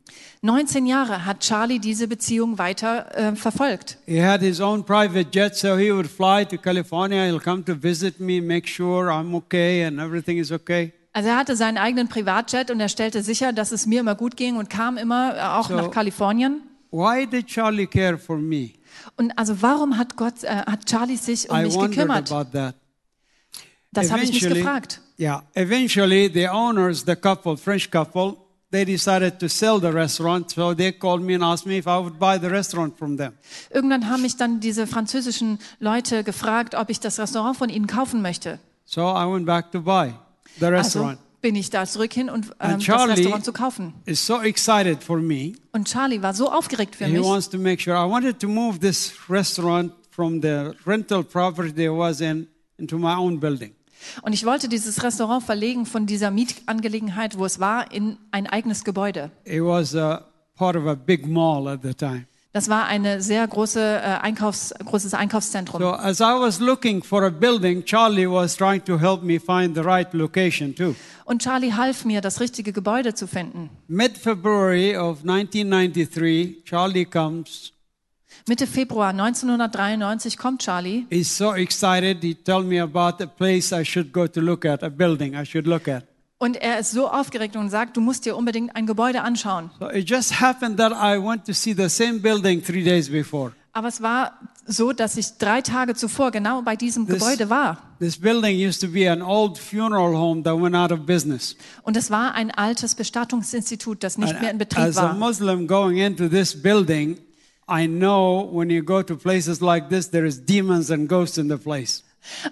Speaker 2: 19 Jahre hat Charlie diese Beziehung weiter äh, verfolgt.
Speaker 1: He had his own private jet, so he would fly to California. He'll come to visit me, make sure I'm okay and everything is okay.
Speaker 2: Also er hatte seinen eigenen Privatjet und er stellte sicher, dass es mir immer gut ging und kam immer äh, auch
Speaker 1: So.
Speaker 2: nach Kalifornien.
Speaker 1: Why did Charlie care for me?
Speaker 2: Und also warum hat Gott, äh, hat Charlie sich um
Speaker 1: I
Speaker 2: mich
Speaker 1: wondered
Speaker 2: gekümmert?
Speaker 1: about that.
Speaker 2: Das habe ich mich
Speaker 1: Eventually-
Speaker 2: gefragt.
Speaker 1: Yeah. Eventually, the owners, the couple, French couple, they decided to sell the restaurant, so they called me and asked me if I would buy the restaurant from them.
Speaker 2: Irgendwann haben mich dann diese französischen Leute gefragt, ob ich das Restaurant von ihnen kaufen möchte.
Speaker 1: So I went back to buy the
Speaker 2: Also
Speaker 1: restaurant.
Speaker 2: bin ich da zurück hin und ähm,
Speaker 1: And
Speaker 2: das
Speaker 1: Charlie-
Speaker 2: Restaurant zu kaufen.
Speaker 1: Is so excited for me.
Speaker 2: Und Charlie war so aufgeregt für
Speaker 1: He
Speaker 2: mich.
Speaker 1: wants to make sure. I wanted to move this restaurant from the rental property they was in into my own building.
Speaker 2: Und ich wollte dieses Restaurant verlegen von dieser Mietangelegenheit, wo es war, in ein eigenes Gebäude.
Speaker 1: It was a part of a big mall at the time.
Speaker 2: Das war ein sehr große, äh, Einkaufs-, großes Einkaufszentrum.
Speaker 1: So as I was looking for a building, Charlie was trying to help me find the right location too.
Speaker 2: Und Charlie half mir, das richtige Gebäude zu finden.
Speaker 1: Mid-February of 1993, Charlie comes.
Speaker 2: Mitte Februar 1993 kommt Charlie
Speaker 1: He's so excited. He told me about a place I should go to look at, a building I should look at.
Speaker 2: und er ist so aufgeregt und sagt, du musst dir unbedingt ein Gebäude anschauen.
Speaker 1: So it just happened that I went to see the same building three days before.
Speaker 2: Aber es war so, dass ich drei Tage zuvor genau bei diesem
Speaker 1: This-
Speaker 2: Gebäude war.
Speaker 1: This building used to be an old funeral home that went out of business.
Speaker 2: Und es war ein altes Bestattungsinstitut, das nicht mehr in
Speaker 1: And
Speaker 2: Betrieb
Speaker 1: as a
Speaker 2: war.
Speaker 1: Muslim going into this building, I know when you go to places like this, there is demons and ghosts in the place.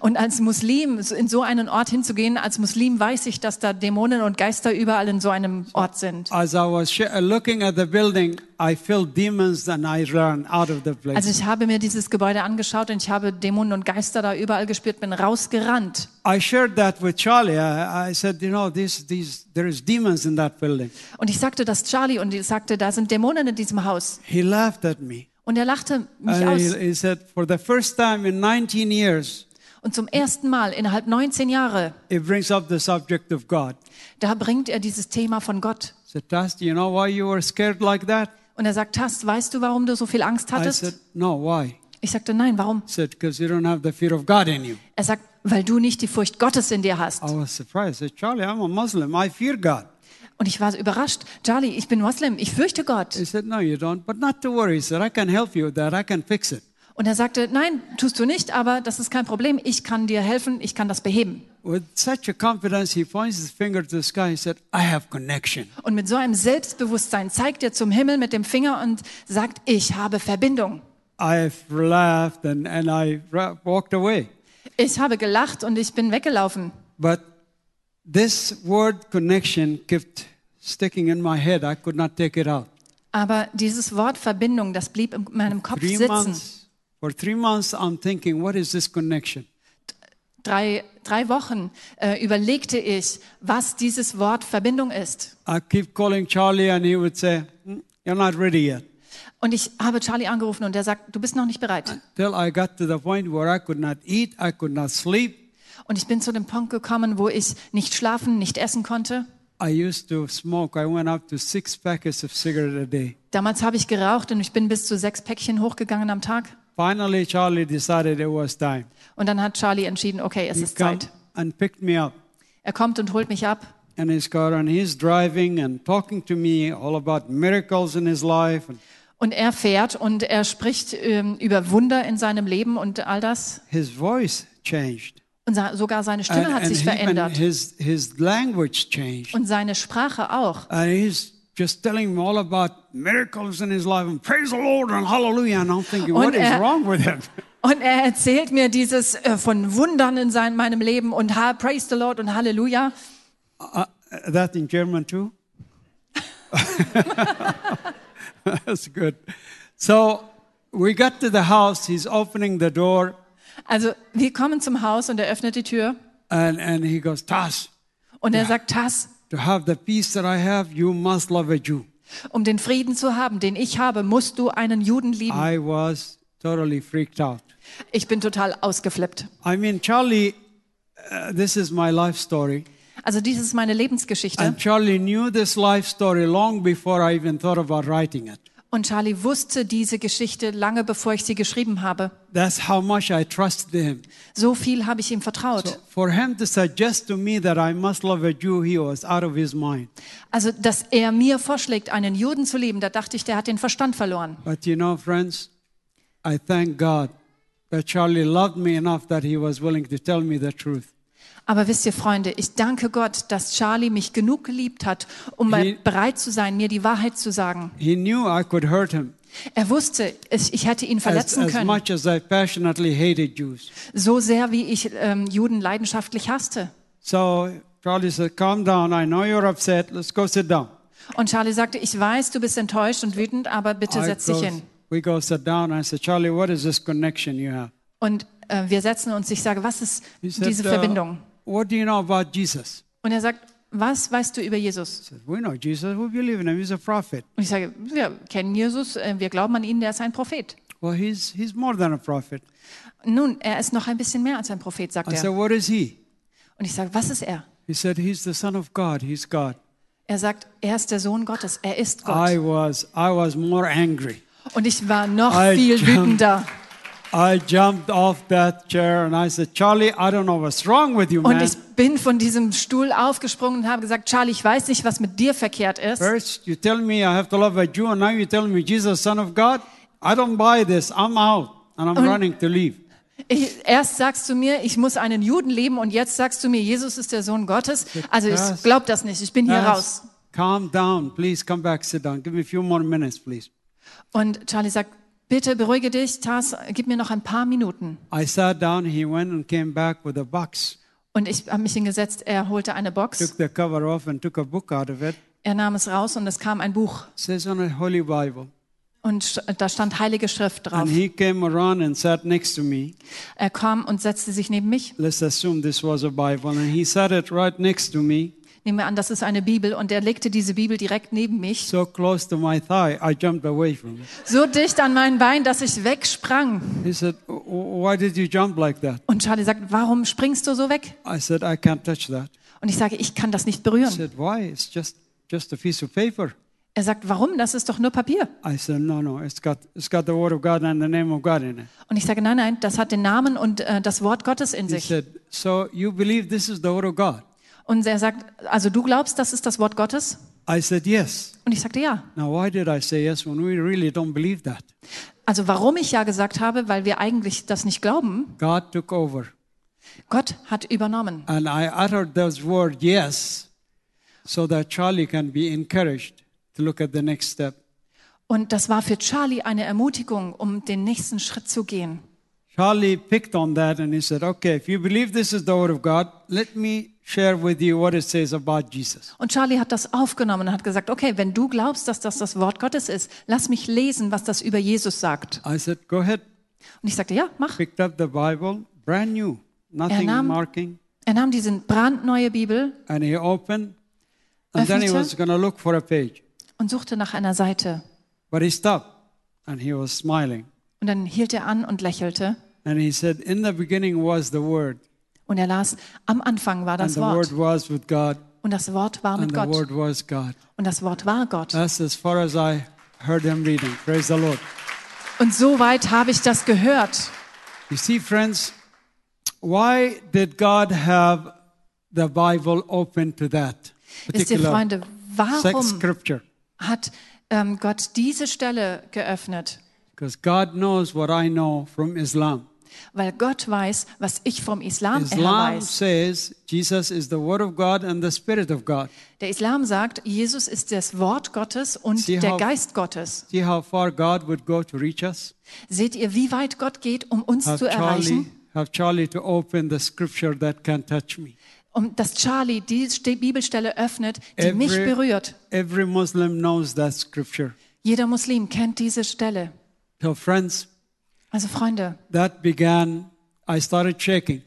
Speaker 2: Und als Muslim so- in so einen Ort hinzugehen, als Muslim weiß ich, dass da Dämonen und Geister überall in so einem Ort sind.
Speaker 1: As I was sh- looking at the building, I felt demons and I ran out of the place.
Speaker 2: Also ich habe mir dieses Gebäude angeschaut und ich habe Dämonen und Geister da überall gespürt, bin rausgerannt.
Speaker 1: I shared that with Charlie. I, I said, you know, these, these, there is demons in that building.
Speaker 2: Und ich sagte das Charlie und ich sagte, da sind Dämonen in diesem Haus.
Speaker 1: He laughed at me.
Speaker 2: Und er lachte mich
Speaker 1: And
Speaker 2: aus.
Speaker 1: he, he said, for the first time in 19 years,
Speaker 2: Und zum ersten Mal innerhalb 19 Jahre,
Speaker 1: it brings up the subject of God.
Speaker 2: da bringt er dieses Thema von Gott.
Speaker 1: said, Taz, do you know why you were scared like that?
Speaker 2: Und er sagt, Tast, weißt du, warum du so viel Angst
Speaker 1: I said,
Speaker 2: hattest?
Speaker 1: no, why?
Speaker 2: Ich sagte, nein, warum?
Speaker 1: He said, because you don't have the fear of God in you.
Speaker 2: Er sagt, weil du nicht die Furcht Gottes in dir hast.
Speaker 1: I was surprised. I said, Charlie, I'm a Muslim. I fear God.
Speaker 2: Und ich war so überrascht. Charlie, ich bin Moslem, ich fürchte
Speaker 1: He
Speaker 2: Gott.
Speaker 1: said, no, you don't. But not to worry. He said, I can help you with that. I can fix it.
Speaker 2: Und er sagte, nein, tust du nicht, aber das ist kein Problem. Ich kann dir helfen, ich kann das beheben.
Speaker 1: With such a confidence, he points his finger to the sky. He said, I have connection.
Speaker 2: Und mit so einem Selbstbewusstsein zeigt er zum Himmel mit dem Finger und sagt, ich habe Verbindung.
Speaker 1: I laughed and, and I ra- walked away.
Speaker 2: Ich habe gelacht und ich bin weggelaufen.
Speaker 1: But this word connection kept sticking in my head. I could not take it out.
Speaker 2: Aber dieses Wort Verbindung, das blieb in meinem Kopf
Speaker 1: Three
Speaker 2: sitzen.
Speaker 1: months, for three months, I'm thinking, what is this connection?
Speaker 2: Drei, drei Wochen äh, überlegte ich, was dieses Wort Verbindung ist.
Speaker 1: I keep calling Charlie, and he would say, "Mm, You're not ready yet.
Speaker 2: Und ich habe Charlie angerufen und er sagt, du bist noch nicht bereit.
Speaker 1: Till I got to the point where I could not eat, I could not sleep.
Speaker 2: Und ich bin zu dem Punkt gekommen, wo ich nicht schlafen, nicht essen konnte.
Speaker 1: I used to smoke. I went up to six packets of cigarette a day.
Speaker 2: Damals habe ich geraucht und ich bin bis zu sechs Päckchen hochgegangen am Tag.
Speaker 1: Finally, Charlie decided it was time.
Speaker 2: Und dann hat Charlie entschieden, okay, es
Speaker 1: He
Speaker 2: ist Zeit.
Speaker 1: and picked me up
Speaker 2: Er kommt und holt mich ab.
Speaker 1: in his car, and he's driving and talking to me all about miracles in his life. And
Speaker 2: Und er fährt und er spricht ähm, über Wunder in seinem Leben und all das.
Speaker 1: his voice changed.
Speaker 2: Und sa- sogar seine Stimme
Speaker 1: And,
Speaker 2: hat
Speaker 1: and
Speaker 2: sich
Speaker 1: he- and
Speaker 2: verändert.
Speaker 1: his, his language changed.
Speaker 2: Und seine Sprache auch.
Speaker 1: And he's just telling me all about miracles in his life and praise the Lord and hallelujah. And I'm thinking, what
Speaker 2: Und
Speaker 1: is
Speaker 2: er-
Speaker 1: wrong with him?
Speaker 2: Und er erzählt mir dieses äh, von Wundern in sein, meinem Leben und ha, praise the Lord und Halleluja.
Speaker 1: Uh, that in German too? That's good. So we got to the house. He's opening the door
Speaker 2: Also wir kommen zum Haus und er öffnet die Tür
Speaker 1: and, and he goes, Tass,
Speaker 2: und er sagt, Tass,
Speaker 1: to have the peace that I have, you must love a Jew.
Speaker 2: um den Frieden zu haben, den ich habe, musst du einen Juden lieben.
Speaker 1: I was totally freaked out.
Speaker 2: Ich bin total ausgeflippt.
Speaker 1: I mean, Charlie, uh, this is my life story.
Speaker 2: Also dies ist meine Lebensgeschichte.
Speaker 1: And Charlie knew this life story long before I even thought about writing it.
Speaker 2: Und Charlie wusste diese Geschichte lange bevor ich sie geschrieben habe.
Speaker 1: That's how much I trusted him.
Speaker 2: So viel habe ich ihm vertraut.
Speaker 1: For him to suggest to me that I must love a Jew, he was out of his mind.
Speaker 2: Also, dass er mir vorschlägt, einen Juden zu leben, da dachte ich, der hat den Verstand verloren.
Speaker 1: But you know, friends, I thank God that Charlie loved me enough that he was willing to tell me the truth.
Speaker 2: Aber wisst ihr, Freunde, ich danke Gott, dass Charlie mich genug geliebt hat, um
Speaker 1: Wie-
Speaker 2: bereit zu sein, mir die Wahrheit zu sagen.
Speaker 1: He knew I could hurt him
Speaker 2: Er wusste, ich, ich hätte ihn
Speaker 1: as,
Speaker 2: verletzen
Speaker 1: as
Speaker 2: können,
Speaker 1: much as I passionately hated Jews.
Speaker 2: so sehr, wie ich ähm, Juden leidenschaftlich hasste.
Speaker 1: So Charlie said, Calm down. I know you're upset. Let's go sit down.
Speaker 2: Und Charlie sagte, ich weiß, du bist enttäuscht und wütend, aber bitte
Speaker 1: I
Speaker 2: setz dich
Speaker 1: goes-
Speaker 2: hin.
Speaker 1: we go sit down. I said, Charlie, what is this connection you have?
Speaker 2: Und äh, wir setzen uns, ich sage, was ist
Speaker 1: He said,
Speaker 2: diese
Speaker 1: "Uh,
Speaker 2: Verbindung?
Speaker 1: What do you know about Jesus?
Speaker 2: Und er sagt, was weißt du über Jesus?
Speaker 1: I said, We know Jesus. We believe in him. He's a prophet.
Speaker 2: Und ich sage, wir kennen Jesus, äh, wir glauben an ihn, der ist ein Prophet.
Speaker 1: Well, he's, he's more than a prophet.
Speaker 2: Nun, er ist noch ein bisschen mehr als ein Prophet, sagt
Speaker 1: I said,
Speaker 2: er.
Speaker 1: What is he?
Speaker 2: Und ich sage, was ist er?
Speaker 1: He said, He's the Son of God. He's God.
Speaker 2: Er sagt, er ist der Sohn Gottes, er ist Gott.
Speaker 1: I was, I was more angry.
Speaker 2: Und ich war noch
Speaker 1: I
Speaker 2: viel
Speaker 1: jumped.
Speaker 2: wütender.
Speaker 1: I jumped off that chair and I said, Charlie, I don't know what's wrong with you,
Speaker 2: Und
Speaker 1: man.
Speaker 2: ich bin von diesem Stuhl aufgesprungen und habe gesagt, Charlie, ich weiß nicht, was mit dir verkehrt ist.
Speaker 1: First, you tell me I have to love a Jew, and now you tell me Jesus, Son of God. I don't buy this. I'm out. And I'm running to leave.
Speaker 2: Ich, erst sagst du mir, ich muss einen Juden leben und jetzt sagst du mir, Jesus ist der Sohn Gottes. Also ich
Speaker 1: Krass.
Speaker 2: glaube das nicht, ich bin hier raus.
Speaker 1: Yes. Calm down. Please come back. Sit down. Give me a few more minutes, please.
Speaker 2: Und Charlie sagt, bitte beruhige dich, Tars, gib mir noch ein paar Minuten.
Speaker 1: I sat down. He went and came back with a box.
Speaker 2: Und ich habe mich hingesetzt, er holte eine Box,
Speaker 1: Took the cover off and took a book out of it.
Speaker 2: er nahm es raus und es kam ein Buch.
Speaker 1: says on a Holy Bible.
Speaker 2: Und sch- da stand Heilige Schrift
Speaker 1: And
Speaker 2: drauf.
Speaker 1: he came around and sat next to me.
Speaker 2: Er kam und setzte sich neben mich.
Speaker 1: Let's assume this was a Bible. And he sat it right next to me,
Speaker 2: Nehmen wir an, das ist eine Bibel. Und er legte diese Bibel direkt neben mich.
Speaker 1: so close to my thigh, I jumped away from it.
Speaker 2: So dicht an mein Bein, dass ich wegsprang.
Speaker 1: He said, "W- Why did you jump like that?
Speaker 2: Und Charlie sagt, warum springst du so weg?
Speaker 1: I said, I can't touch that.
Speaker 2: Und ich sage, ich kann das nicht
Speaker 1: He
Speaker 2: berühren.
Speaker 1: said, Why? It's just, just a piece of paper.
Speaker 2: Er sagt, warum? Das ist doch nur Papier.
Speaker 1: I said, No, no, it's got, it's got the Word of God and the name of God in it.
Speaker 2: Und ich sage, nein, nein, das hat den Namen und äh, das Wort Gottes in
Speaker 1: He
Speaker 2: sich.
Speaker 1: said, So you believe this is the Word of God?
Speaker 2: Und er sagt, also du glaubst, das ist das Wort Gottes?
Speaker 1: I said, Yes.
Speaker 2: Und ich sagte ja.
Speaker 1: Now, why did I say yes when we really don't believe that?
Speaker 2: Also warum ich ja gesagt habe, weil wir eigentlich das nicht glauben.
Speaker 1: God took over.
Speaker 2: Gott hat übernommen.
Speaker 1: And I uttered those words, yes, so that Charlie can be encouraged to look at the next step.
Speaker 2: Und das war für Charlie eine Ermutigung, um den nächsten Schritt zu gehen.
Speaker 1: Charlie picked on that and he said, okay, if you believe this is the word of God, let me share with you what it says about Jesus.
Speaker 2: Und Charlie hat das aufgenommen und hat gesagt, okay, wenn du glaubst, dass das das Wort Gottes ist, lass mich lesen, was das über Jesus sagt.
Speaker 1: I said, Go ahead.
Speaker 2: Und ich sagte, ja, mach.
Speaker 1: Picked up the Bible, brand new, nothing
Speaker 2: nahm-
Speaker 1: marking.
Speaker 2: Er nahm diese brandneue Bibel
Speaker 1: And he opened, and then he
Speaker 2: Öffnete.
Speaker 1: was going to look for a page.
Speaker 2: und suchte nach einer Seite.
Speaker 1: But he stopped, and he was smiling.
Speaker 2: Und dann hielt er an und lächelte.
Speaker 1: And he said, In the beginning was the Word,
Speaker 2: Und er las, am Anfang war
Speaker 1: and
Speaker 2: das
Speaker 1: the Word
Speaker 2: Wort.
Speaker 1: was with God,
Speaker 2: Und das Wort war
Speaker 1: and
Speaker 2: mit
Speaker 1: the
Speaker 2: Gott.
Speaker 1: Word was God.
Speaker 2: Und das Wort war Gott.
Speaker 1: That's as far as I heard him reading. Praise the Lord.
Speaker 2: Und so weit habe ich das gehört.
Speaker 1: You see, friends, why did God have the Bible open to that
Speaker 2: Wisst ihr,
Speaker 1: particular
Speaker 2: Freunde,
Speaker 1: sex
Speaker 2: warum
Speaker 1: scripture?
Speaker 2: hat ähm, Gott diese Stelle geöffnet?
Speaker 1: Because God knows what I know from Islam.
Speaker 2: Weil Gott weiß, was ich vom Islam her
Speaker 1: Islam
Speaker 2: weiß.
Speaker 1: says Jesus is the Word of God and the Spirit of God.
Speaker 2: Der Islam sagt, Jesus ist das Wort Gottes und
Speaker 1: Sie
Speaker 2: der
Speaker 1: haben-
Speaker 2: Geist Gottes.
Speaker 1: See how far God would go to reach us?
Speaker 2: Seht ihr, wie weit Gott geht, um uns
Speaker 1: Have
Speaker 2: zu
Speaker 1: Charlie,
Speaker 2: erreichen?
Speaker 1: have Charlie to open the scripture that can touch me.
Speaker 2: Um, dass Charlie die Ste- Bibelstelle öffnet, die
Speaker 1: Every-
Speaker 2: mich berührt.
Speaker 1: Every Muslim knows that scripture.
Speaker 2: Jeder Muslim kennt diese Stelle.
Speaker 1: So, friends,
Speaker 2: Also Freunde,
Speaker 1: that began, I started shaking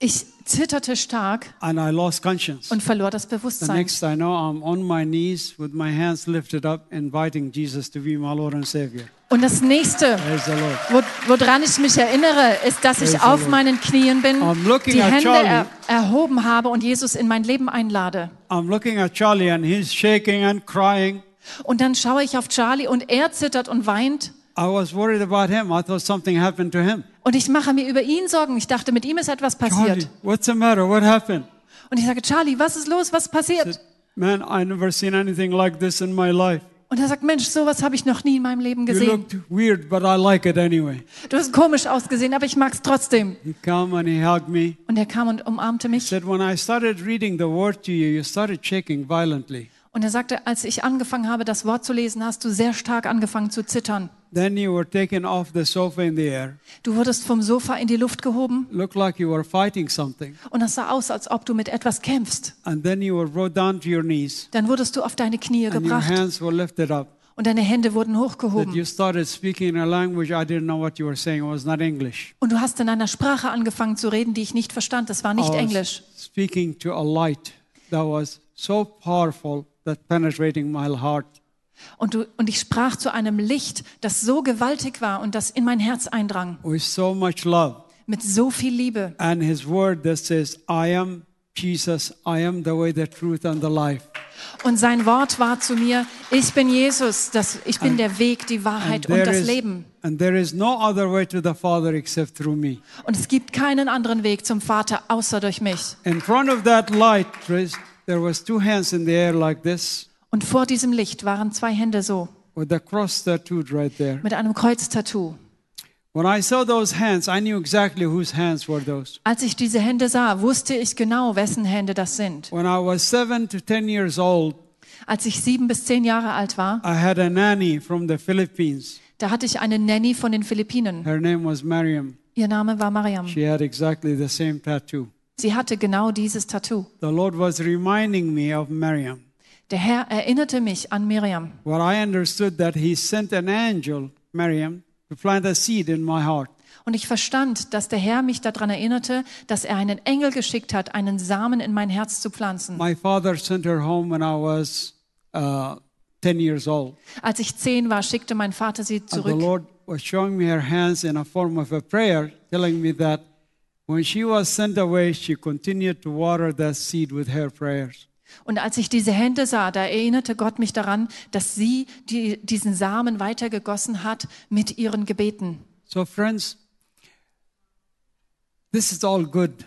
Speaker 2: ich zitterte stark
Speaker 1: and I lost conscience.
Speaker 2: und verlor das
Speaker 1: The
Speaker 2: Bewusstsein.
Speaker 1: next I know, I'm on my knees with my hands lifted up, inviting Jesus to be my Lord and Savior.
Speaker 2: Und das nächste,
Speaker 1: Praise the Lord.
Speaker 2: wo- woran ich mich erinnere, ist, dass
Speaker 1: Praise
Speaker 2: ich
Speaker 1: the
Speaker 2: auf
Speaker 1: Lord.
Speaker 2: meinen Knien bin,
Speaker 1: I'm looking
Speaker 2: die
Speaker 1: at
Speaker 2: Hände
Speaker 1: Charlie.
Speaker 2: er erhoben habe und Jesus in mein Leben einlade.
Speaker 1: I'm looking at Charlie and he's shaking and crying.
Speaker 2: Und dann schaue ich auf Charlie und er zittert und weint.
Speaker 1: I was worried about him. I thought something happened to him.
Speaker 2: Und ich mache mir über ihn Sorgen. Ich dachte, mit ihm ist etwas
Speaker 1: Charlie,
Speaker 2: passiert.
Speaker 1: what's the matter? What happened?
Speaker 2: Und ich sage, Charlie, was ist los? Was passiert?
Speaker 1: Man, I never seen anything like this in my life.
Speaker 2: Und er sagt, Mensch, sowas habe ich noch nie in meinem Leben
Speaker 1: You
Speaker 2: gesehen.
Speaker 1: looked weird, but I like it anyway.
Speaker 2: Du hast komisch ausgesehen, aber ich mag es trotzdem.
Speaker 1: He come and he hugged me.
Speaker 2: Und er kam und umarmte
Speaker 1: He
Speaker 2: mich.
Speaker 1: said, when I started reading the word to you, you started shaking violently.
Speaker 2: Und er sagte, als ich angefangen habe, das Wort zu lesen, hast du sehr stark angefangen zu zittern.
Speaker 1: Then you were taken off the sofa in the air.
Speaker 2: Du wurdest vom Sofa in die Luft gehoben
Speaker 1: Looked like you were fighting something.
Speaker 2: und das sah aus, als ob du mit etwas kämpfst.
Speaker 1: And then you were brought down to your knees.
Speaker 2: Dann wurdest du auf deine Knie
Speaker 1: And your
Speaker 2: gebracht
Speaker 1: hands were lifted up.
Speaker 2: und deine Hände wurden
Speaker 1: That
Speaker 2: hochgehoben.
Speaker 1: you started speaking a language I didn't know what you were saying. It was not English.
Speaker 2: Und du hast in einer Sprache angefangen zu reden, die ich nicht verstand. Das war
Speaker 1: I
Speaker 2: nicht
Speaker 1: was
Speaker 2: Englisch.
Speaker 1: Speaking to a light that was so powerful that penetrating my heart.
Speaker 2: Und, du, und ich sprach zu einem Licht, das so gewaltig war und das in mein Herz eindrang,
Speaker 1: With so much love.
Speaker 2: mit so viel Liebe.
Speaker 1: And his word that says, I am Jesus, I am the way, the truth, and the life.
Speaker 2: Und sein Wort war zu mir, ich bin Jesus, das, ich bin der Weg, die Wahrheit und
Speaker 1: there
Speaker 2: das
Speaker 1: is-
Speaker 2: Leben.
Speaker 1: and there is no other way to the Father except through me.
Speaker 2: Und es gibt keinen anderen Weg zum Vater außer durch mich.
Speaker 1: In front of that light, Chris, there was two hands in the air like this,
Speaker 2: Und vor diesem Licht waren zwei Hände so,
Speaker 1: with the cross tattooed right there.
Speaker 2: mit einem Kreuztattoo.
Speaker 1: When I saw those hands, I knew exactly whose hands were those.
Speaker 2: Als ich diese Hände sah, wusste ich genau, wessen Hände das sind.
Speaker 1: When I was seven to ten years old,
Speaker 2: Als ich sieben bis zehn Jahre alt war,
Speaker 1: I had a nanny from the Philippines.
Speaker 2: da hatte ich eine Nanny von den Philippinen.
Speaker 1: Her name was Mariam.
Speaker 2: Ihr Name war Mariam.
Speaker 1: She had exactly the same tattoo.
Speaker 2: Sie hatte genau dieses Tattoo.
Speaker 1: The Lord was reminding me of Mariam.
Speaker 2: Der Herr erinnerte mich an Miriam.
Speaker 1: What I understood that He sent an angel, Mariam, to plant a seed in my heart.
Speaker 2: Und ich verstand, dass der Herr mich daran erinnerte, dass er einen Engel geschickt hat, einen Samen in mein Herz zu pflanzen.
Speaker 1: My father sent her home when I was uh, 10 years old.
Speaker 2: Als ich zehn war, schickte mein Vater sie
Speaker 1: And the
Speaker 2: zurück.
Speaker 1: Lord was showing me her hands in a form of a prayer, telling me that when she was sent away, she continued to water that seed with her prayers.
Speaker 2: Und als ich diese Hände sah, da erinnerte Gott mich daran, dass sie die, diesen Samen weitergegossen hat mit ihren Gebeten.
Speaker 1: So, friends, this is all good.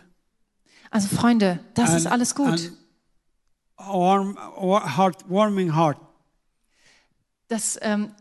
Speaker 2: Also Freunde, das
Speaker 1: And-
Speaker 2: ist alles gut.
Speaker 1: and Warm, wa- heart, warming heart,
Speaker 2: Das, ähm,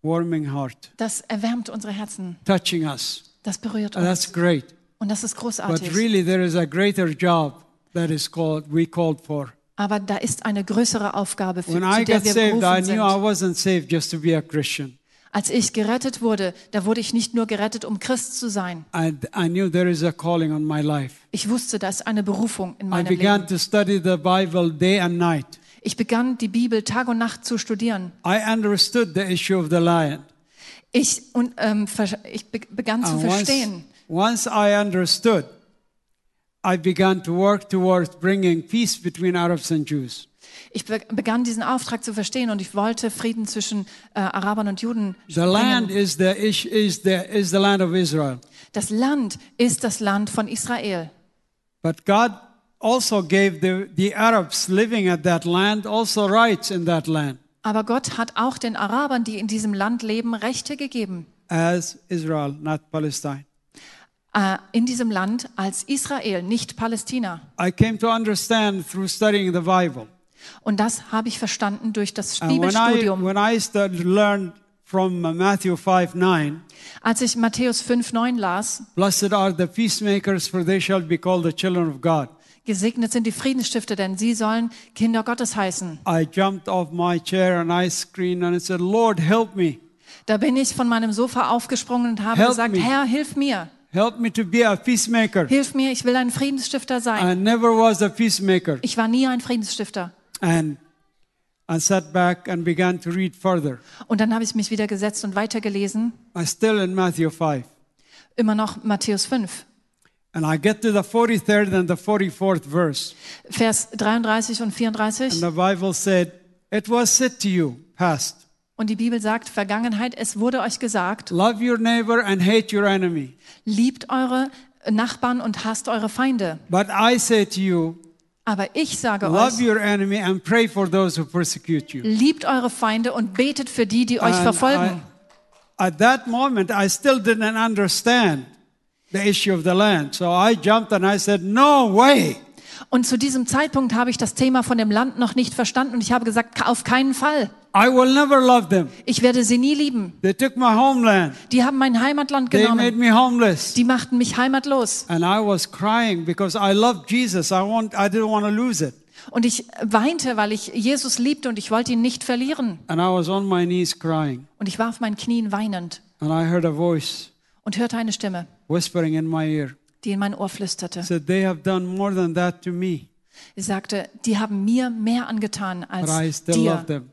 Speaker 1: warming heart,
Speaker 2: das erwärmt unsere Herzen.
Speaker 1: touching us.
Speaker 2: Das berührt
Speaker 1: And
Speaker 2: uns.
Speaker 1: that's great.
Speaker 2: Und das ist
Speaker 1: Äh, But
Speaker 2: großartig.
Speaker 1: really, there is a greater job that is called we called for.
Speaker 2: Aber da ist eine größere Aufgabe, für,
Speaker 1: When I
Speaker 2: zu der
Speaker 1: got
Speaker 2: wir
Speaker 1: saved, I
Speaker 2: berufen
Speaker 1: knew I
Speaker 2: sind.
Speaker 1: wasn't saved just to be a Christian.
Speaker 2: Als ich gerettet wurde, da wurde ich nicht nur gerettet, um Christ zu sein.
Speaker 1: I, I knew there is a calling on my life.
Speaker 2: Ich wusste, da ist eine Berufung in
Speaker 1: I
Speaker 2: meinem Leben.
Speaker 1: began to study the Bible day and night.
Speaker 2: Ich begann, die Bibel Tag und Nacht zu studieren.
Speaker 1: I understood the issue of the lion.
Speaker 2: Ich, und, ähm, ver- ich be begann zu
Speaker 1: And once,
Speaker 2: verstehen.
Speaker 1: once I understood, I began to work towards bringing peace between Arabs and Jews.
Speaker 2: Ich be begann, diesen Auftrag zu verstehen und ich wollte Frieden zwischen äh, Arabern und Juden.
Speaker 1: The land is the, ish, is, the, is the land of Israel.
Speaker 2: Das Land ist das Land von Israel.
Speaker 1: But God also gave the, the Arabs living at that land also rights in that land
Speaker 2: Aber Gott hat auch den Arabern, die in diesem Land leben, Rechte gegeben.
Speaker 1: as Israel, not Palestine.
Speaker 2: Äh, in diesem Land als Israel, nicht Palästina.
Speaker 1: I came to understand through studying the Bible.
Speaker 2: Und das habe ich verstanden durch das
Speaker 1: And Uh, when I,
Speaker 2: Bibelstudium.
Speaker 1: when I started, learned from uh, Matthew 5 9,
Speaker 2: Als ich Matthäus 5, 9 las,
Speaker 1: Blessed are the peacemakers, for they shall be called the children of God.
Speaker 2: gesegnet sind die Friedensstifter, denn sie sollen Kinder Gottes heißen.
Speaker 1: I jumped off my chair and I screamed and I said, Lord, help me.
Speaker 2: Da bin ich von meinem Sofa aufgesprungen und habe
Speaker 1: Help
Speaker 2: gesagt,
Speaker 1: me.
Speaker 2: Herr, hilf mir.
Speaker 1: Help me to be a peacemaker.
Speaker 2: Hilf mir, ich will ein Friedensstifter sein.
Speaker 1: I never was a peacemaker.
Speaker 2: Ich war nie ein Friedensstifter.
Speaker 1: And I sat back and began to read further.
Speaker 2: Und dann habe ich mich wieder gesetzt und weitergelesen,
Speaker 1: I still in Matthew 5.
Speaker 2: immer noch Matthäus 5,
Speaker 1: And I get to the 43rd and the 44th verse.
Speaker 2: Vers 33 und
Speaker 1: And
Speaker 2: 34.
Speaker 1: the Bible said, It was said to you, past,
Speaker 2: Und die Bibel sagt, Vergangenheit, es wurde euch gesagt,
Speaker 1: love your neighbor and hate your enemy.
Speaker 2: liebt eure Nachbarn und hasst eure Feinde.
Speaker 1: But I say to you,
Speaker 2: Aber ich sage
Speaker 1: love
Speaker 2: euch,
Speaker 1: your enemy and pray for those who persecute you.
Speaker 2: liebt eure Feinde und betet für die, die euch
Speaker 1: And
Speaker 2: verfolgen.
Speaker 1: I- at that moment, I still didn't understand the issue of the land. So I jumped and I said, No way.
Speaker 2: Und zu diesem Zeitpunkt habe ich das Thema von dem Land noch nicht verstanden und ich habe gesagt, auf keinen Fall.
Speaker 1: I will never love them.
Speaker 2: Ich werde sie nie lieben.
Speaker 1: They took my homeland,
Speaker 2: Die haben mein Heimatland
Speaker 1: they made
Speaker 2: genommen.
Speaker 1: me homeless.
Speaker 2: Die machten mich heimatlos.
Speaker 1: And I was crying because I loved Jesus. I, want, I didn't want to lose it.
Speaker 2: Und ich weinte, weil ich Jesus liebte und ich wollte ihn nicht verlieren.
Speaker 1: And I was on my knees crying.
Speaker 2: Und ich war auf meinen Knien weinend
Speaker 1: And I heard a voice
Speaker 2: und hörte eine Stimme,
Speaker 1: whispering in my ear.
Speaker 2: die in mein Ohr flüsterte.
Speaker 1: It said, They have done more than that to me,
Speaker 2: Sie sagte, die haben mir mehr angetan
Speaker 1: but I
Speaker 2: als
Speaker 1: still love
Speaker 2: dir,
Speaker 1: them.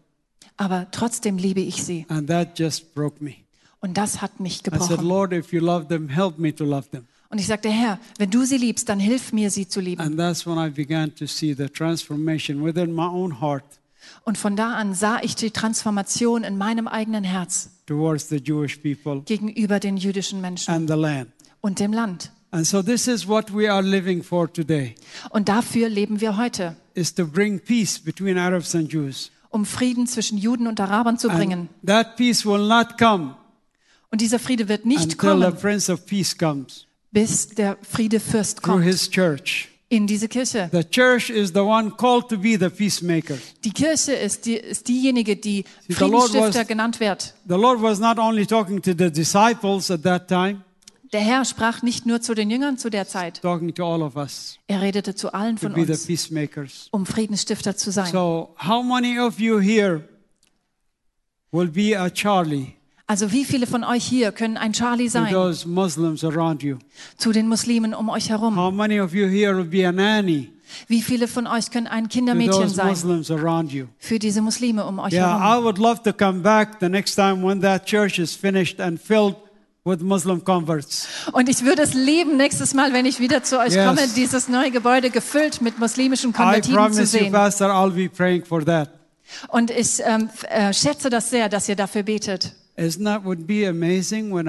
Speaker 2: aber trotzdem liebe ich sie.
Speaker 1: And that just broke me.
Speaker 2: Und das hat mich
Speaker 1: I said,
Speaker 2: gebrochen.
Speaker 1: Lord, if you love them, help me to love them.
Speaker 2: Und ich sagte, Herr, wenn du sie liebst, dann hilf mir, sie zu lieben.
Speaker 1: And that's when I began to see the transformation within my own heart
Speaker 2: Und von da an sah ich die Transformation in meinem eigenen Herz
Speaker 1: towards the Jewish people
Speaker 2: gegenüber den jüdischen Menschen
Speaker 1: and the land.
Speaker 2: und dem Land.
Speaker 1: And so this is what we are living for today
Speaker 2: Und dafür leben wir heute,
Speaker 1: is to bring peace between Arabs and Jews.
Speaker 2: um Frieden zwischen Juden und Arabern zu bringen.
Speaker 1: And that peace will not come
Speaker 2: Und dieser Friede wird nicht
Speaker 1: until the
Speaker 2: kommen,
Speaker 1: Prince of Peace comes
Speaker 2: bis der Friedefürst
Speaker 1: through
Speaker 2: kommt
Speaker 1: his church.
Speaker 2: in diese Kirche.
Speaker 1: The church is the one called to be the peacemaker.
Speaker 2: Die Kirche ist, die, ist diejenige, die
Speaker 1: the Lord
Speaker 2: Friedensstifter
Speaker 1: was-
Speaker 2: genannt wird.
Speaker 1: The Lord was not only talking to the disciples at that time,
Speaker 2: Der Herr sprach nicht nur zu den Jüngern zu der Zeit,
Speaker 1: talking to all of us
Speaker 2: er redete zu allen
Speaker 1: to
Speaker 2: von
Speaker 1: be the
Speaker 2: uns,
Speaker 1: peacemakers.
Speaker 2: um Friedensstifter zu sein.
Speaker 1: So, how many of you here will be a Charlie
Speaker 2: Also wie viele von euch hier können ein Charlie
Speaker 1: to
Speaker 2: sein
Speaker 1: those Muslims around you?
Speaker 2: zu den Muslimen um euch herum?
Speaker 1: How many of you here will be a nanny
Speaker 2: Wie viele von euch können ein
Speaker 1: to
Speaker 2: Kindermädchen
Speaker 1: those
Speaker 2: sein
Speaker 1: Muslims around you?
Speaker 2: für diese Muslime um euch
Speaker 1: Yeah, I
Speaker 2: herum?
Speaker 1: would love to come back the next time when that church is finished and filled with Muslim converts.
Speaker 2: Und ich würde es lieben, nächstes Mal, wenn ich wieder zu euch
Speaker 1: Yes.
Speaker 2: komme, dieses neue Gebäude gefüllt mit muslimischen
Speaker 1: I
Speaker 2: Konvertiten zu
Speaker 1: promise you,
Speaker 2: sehen.
Speaker 1: Pastor, I'll be praying for that.
Speaker 2: Und ich ähm, f- äh, schätze das sehr, dass ihr dafür betet.
Speaker 1: Isn't that would be amazing when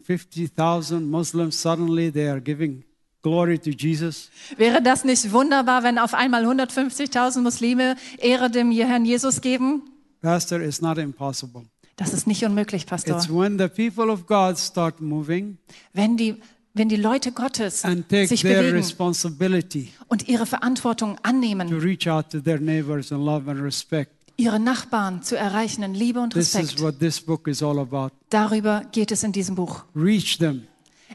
Speaker 1: 150,000 Muslims suddenly they are giving glory to Jesus?
Speaker 2: Wäre das nicht wunderbar, wenn auf einmal 150.000 Muslime Ehre dem Herrn Jesus geben?
Speaker 1: Pastor, it's not impossible.
Speaker 2: Das ist nicht unmöglich, Pastor.
Speaker 1: It's when the people of God start moving
Speaker 2: Wenn die, wenn die Leute Gottes
Speaker 1: and take
Speaker 2: sich
Speaker 1: their
Speaker 2: bewegen
Speaker 1: responsibility
Speaker 2: und ihre Verantwortung
Speaker 1: to
Speaker 2: annehmen,
Speaker 1: reach out to their neighbors in love and respect.
Speaker 2: ihre Nachbarn zu erreichen in Liebe und
Speaker 1: This is
Speaker 2: Respekt,
Speaker 1: what this book is all about.
Speaker 2: darüber geht es in diesem Buch.
Speaker 1: Reach them.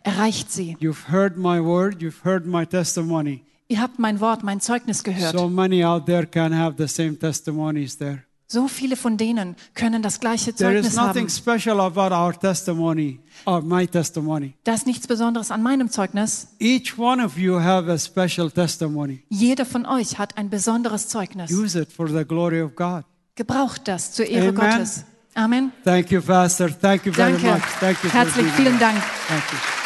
Speaker 2: Erreicht sie.
Speaker 1: You've heard my word, you've heard my testimony.
Speaker 2: Ihr habt mein Wort, mein Zeugnis gehört.
Speaker 1: So many out there can have the same testimonies there.
Speaker 2: So viele von denen können das gleiche
Speaker 1: There is
Speaker 2: Zeugnis
Speaker 1: nothing
Speaker 2: haben.
Speaker 1: special about our testimony or my testimony.
Speaker 2: Da ist nichts Besonderes an meinem Zeugnis.
Speaker 1: Each one of you have a special testimony.
Speaker 2: Jeder von euch hat ein besonderes Zeugnis.
Speaker 1: Use it for the glory of God.
Speaker 2: Gebraucht das zur Ehre
Speaker 1: Amen.
Speaker 2: Gottes. Amen.
Speaker 1: Thank you, Pastor. Thank you very
Speaker 2: Danke.
Speaker 1: much. Thank you. for
Speaker 2: Herzlich
Speaker 1: being
Speaker 2: vielen
Speaker 1: here.
Speaker 2: Dank.
Speaker 1: Thank you.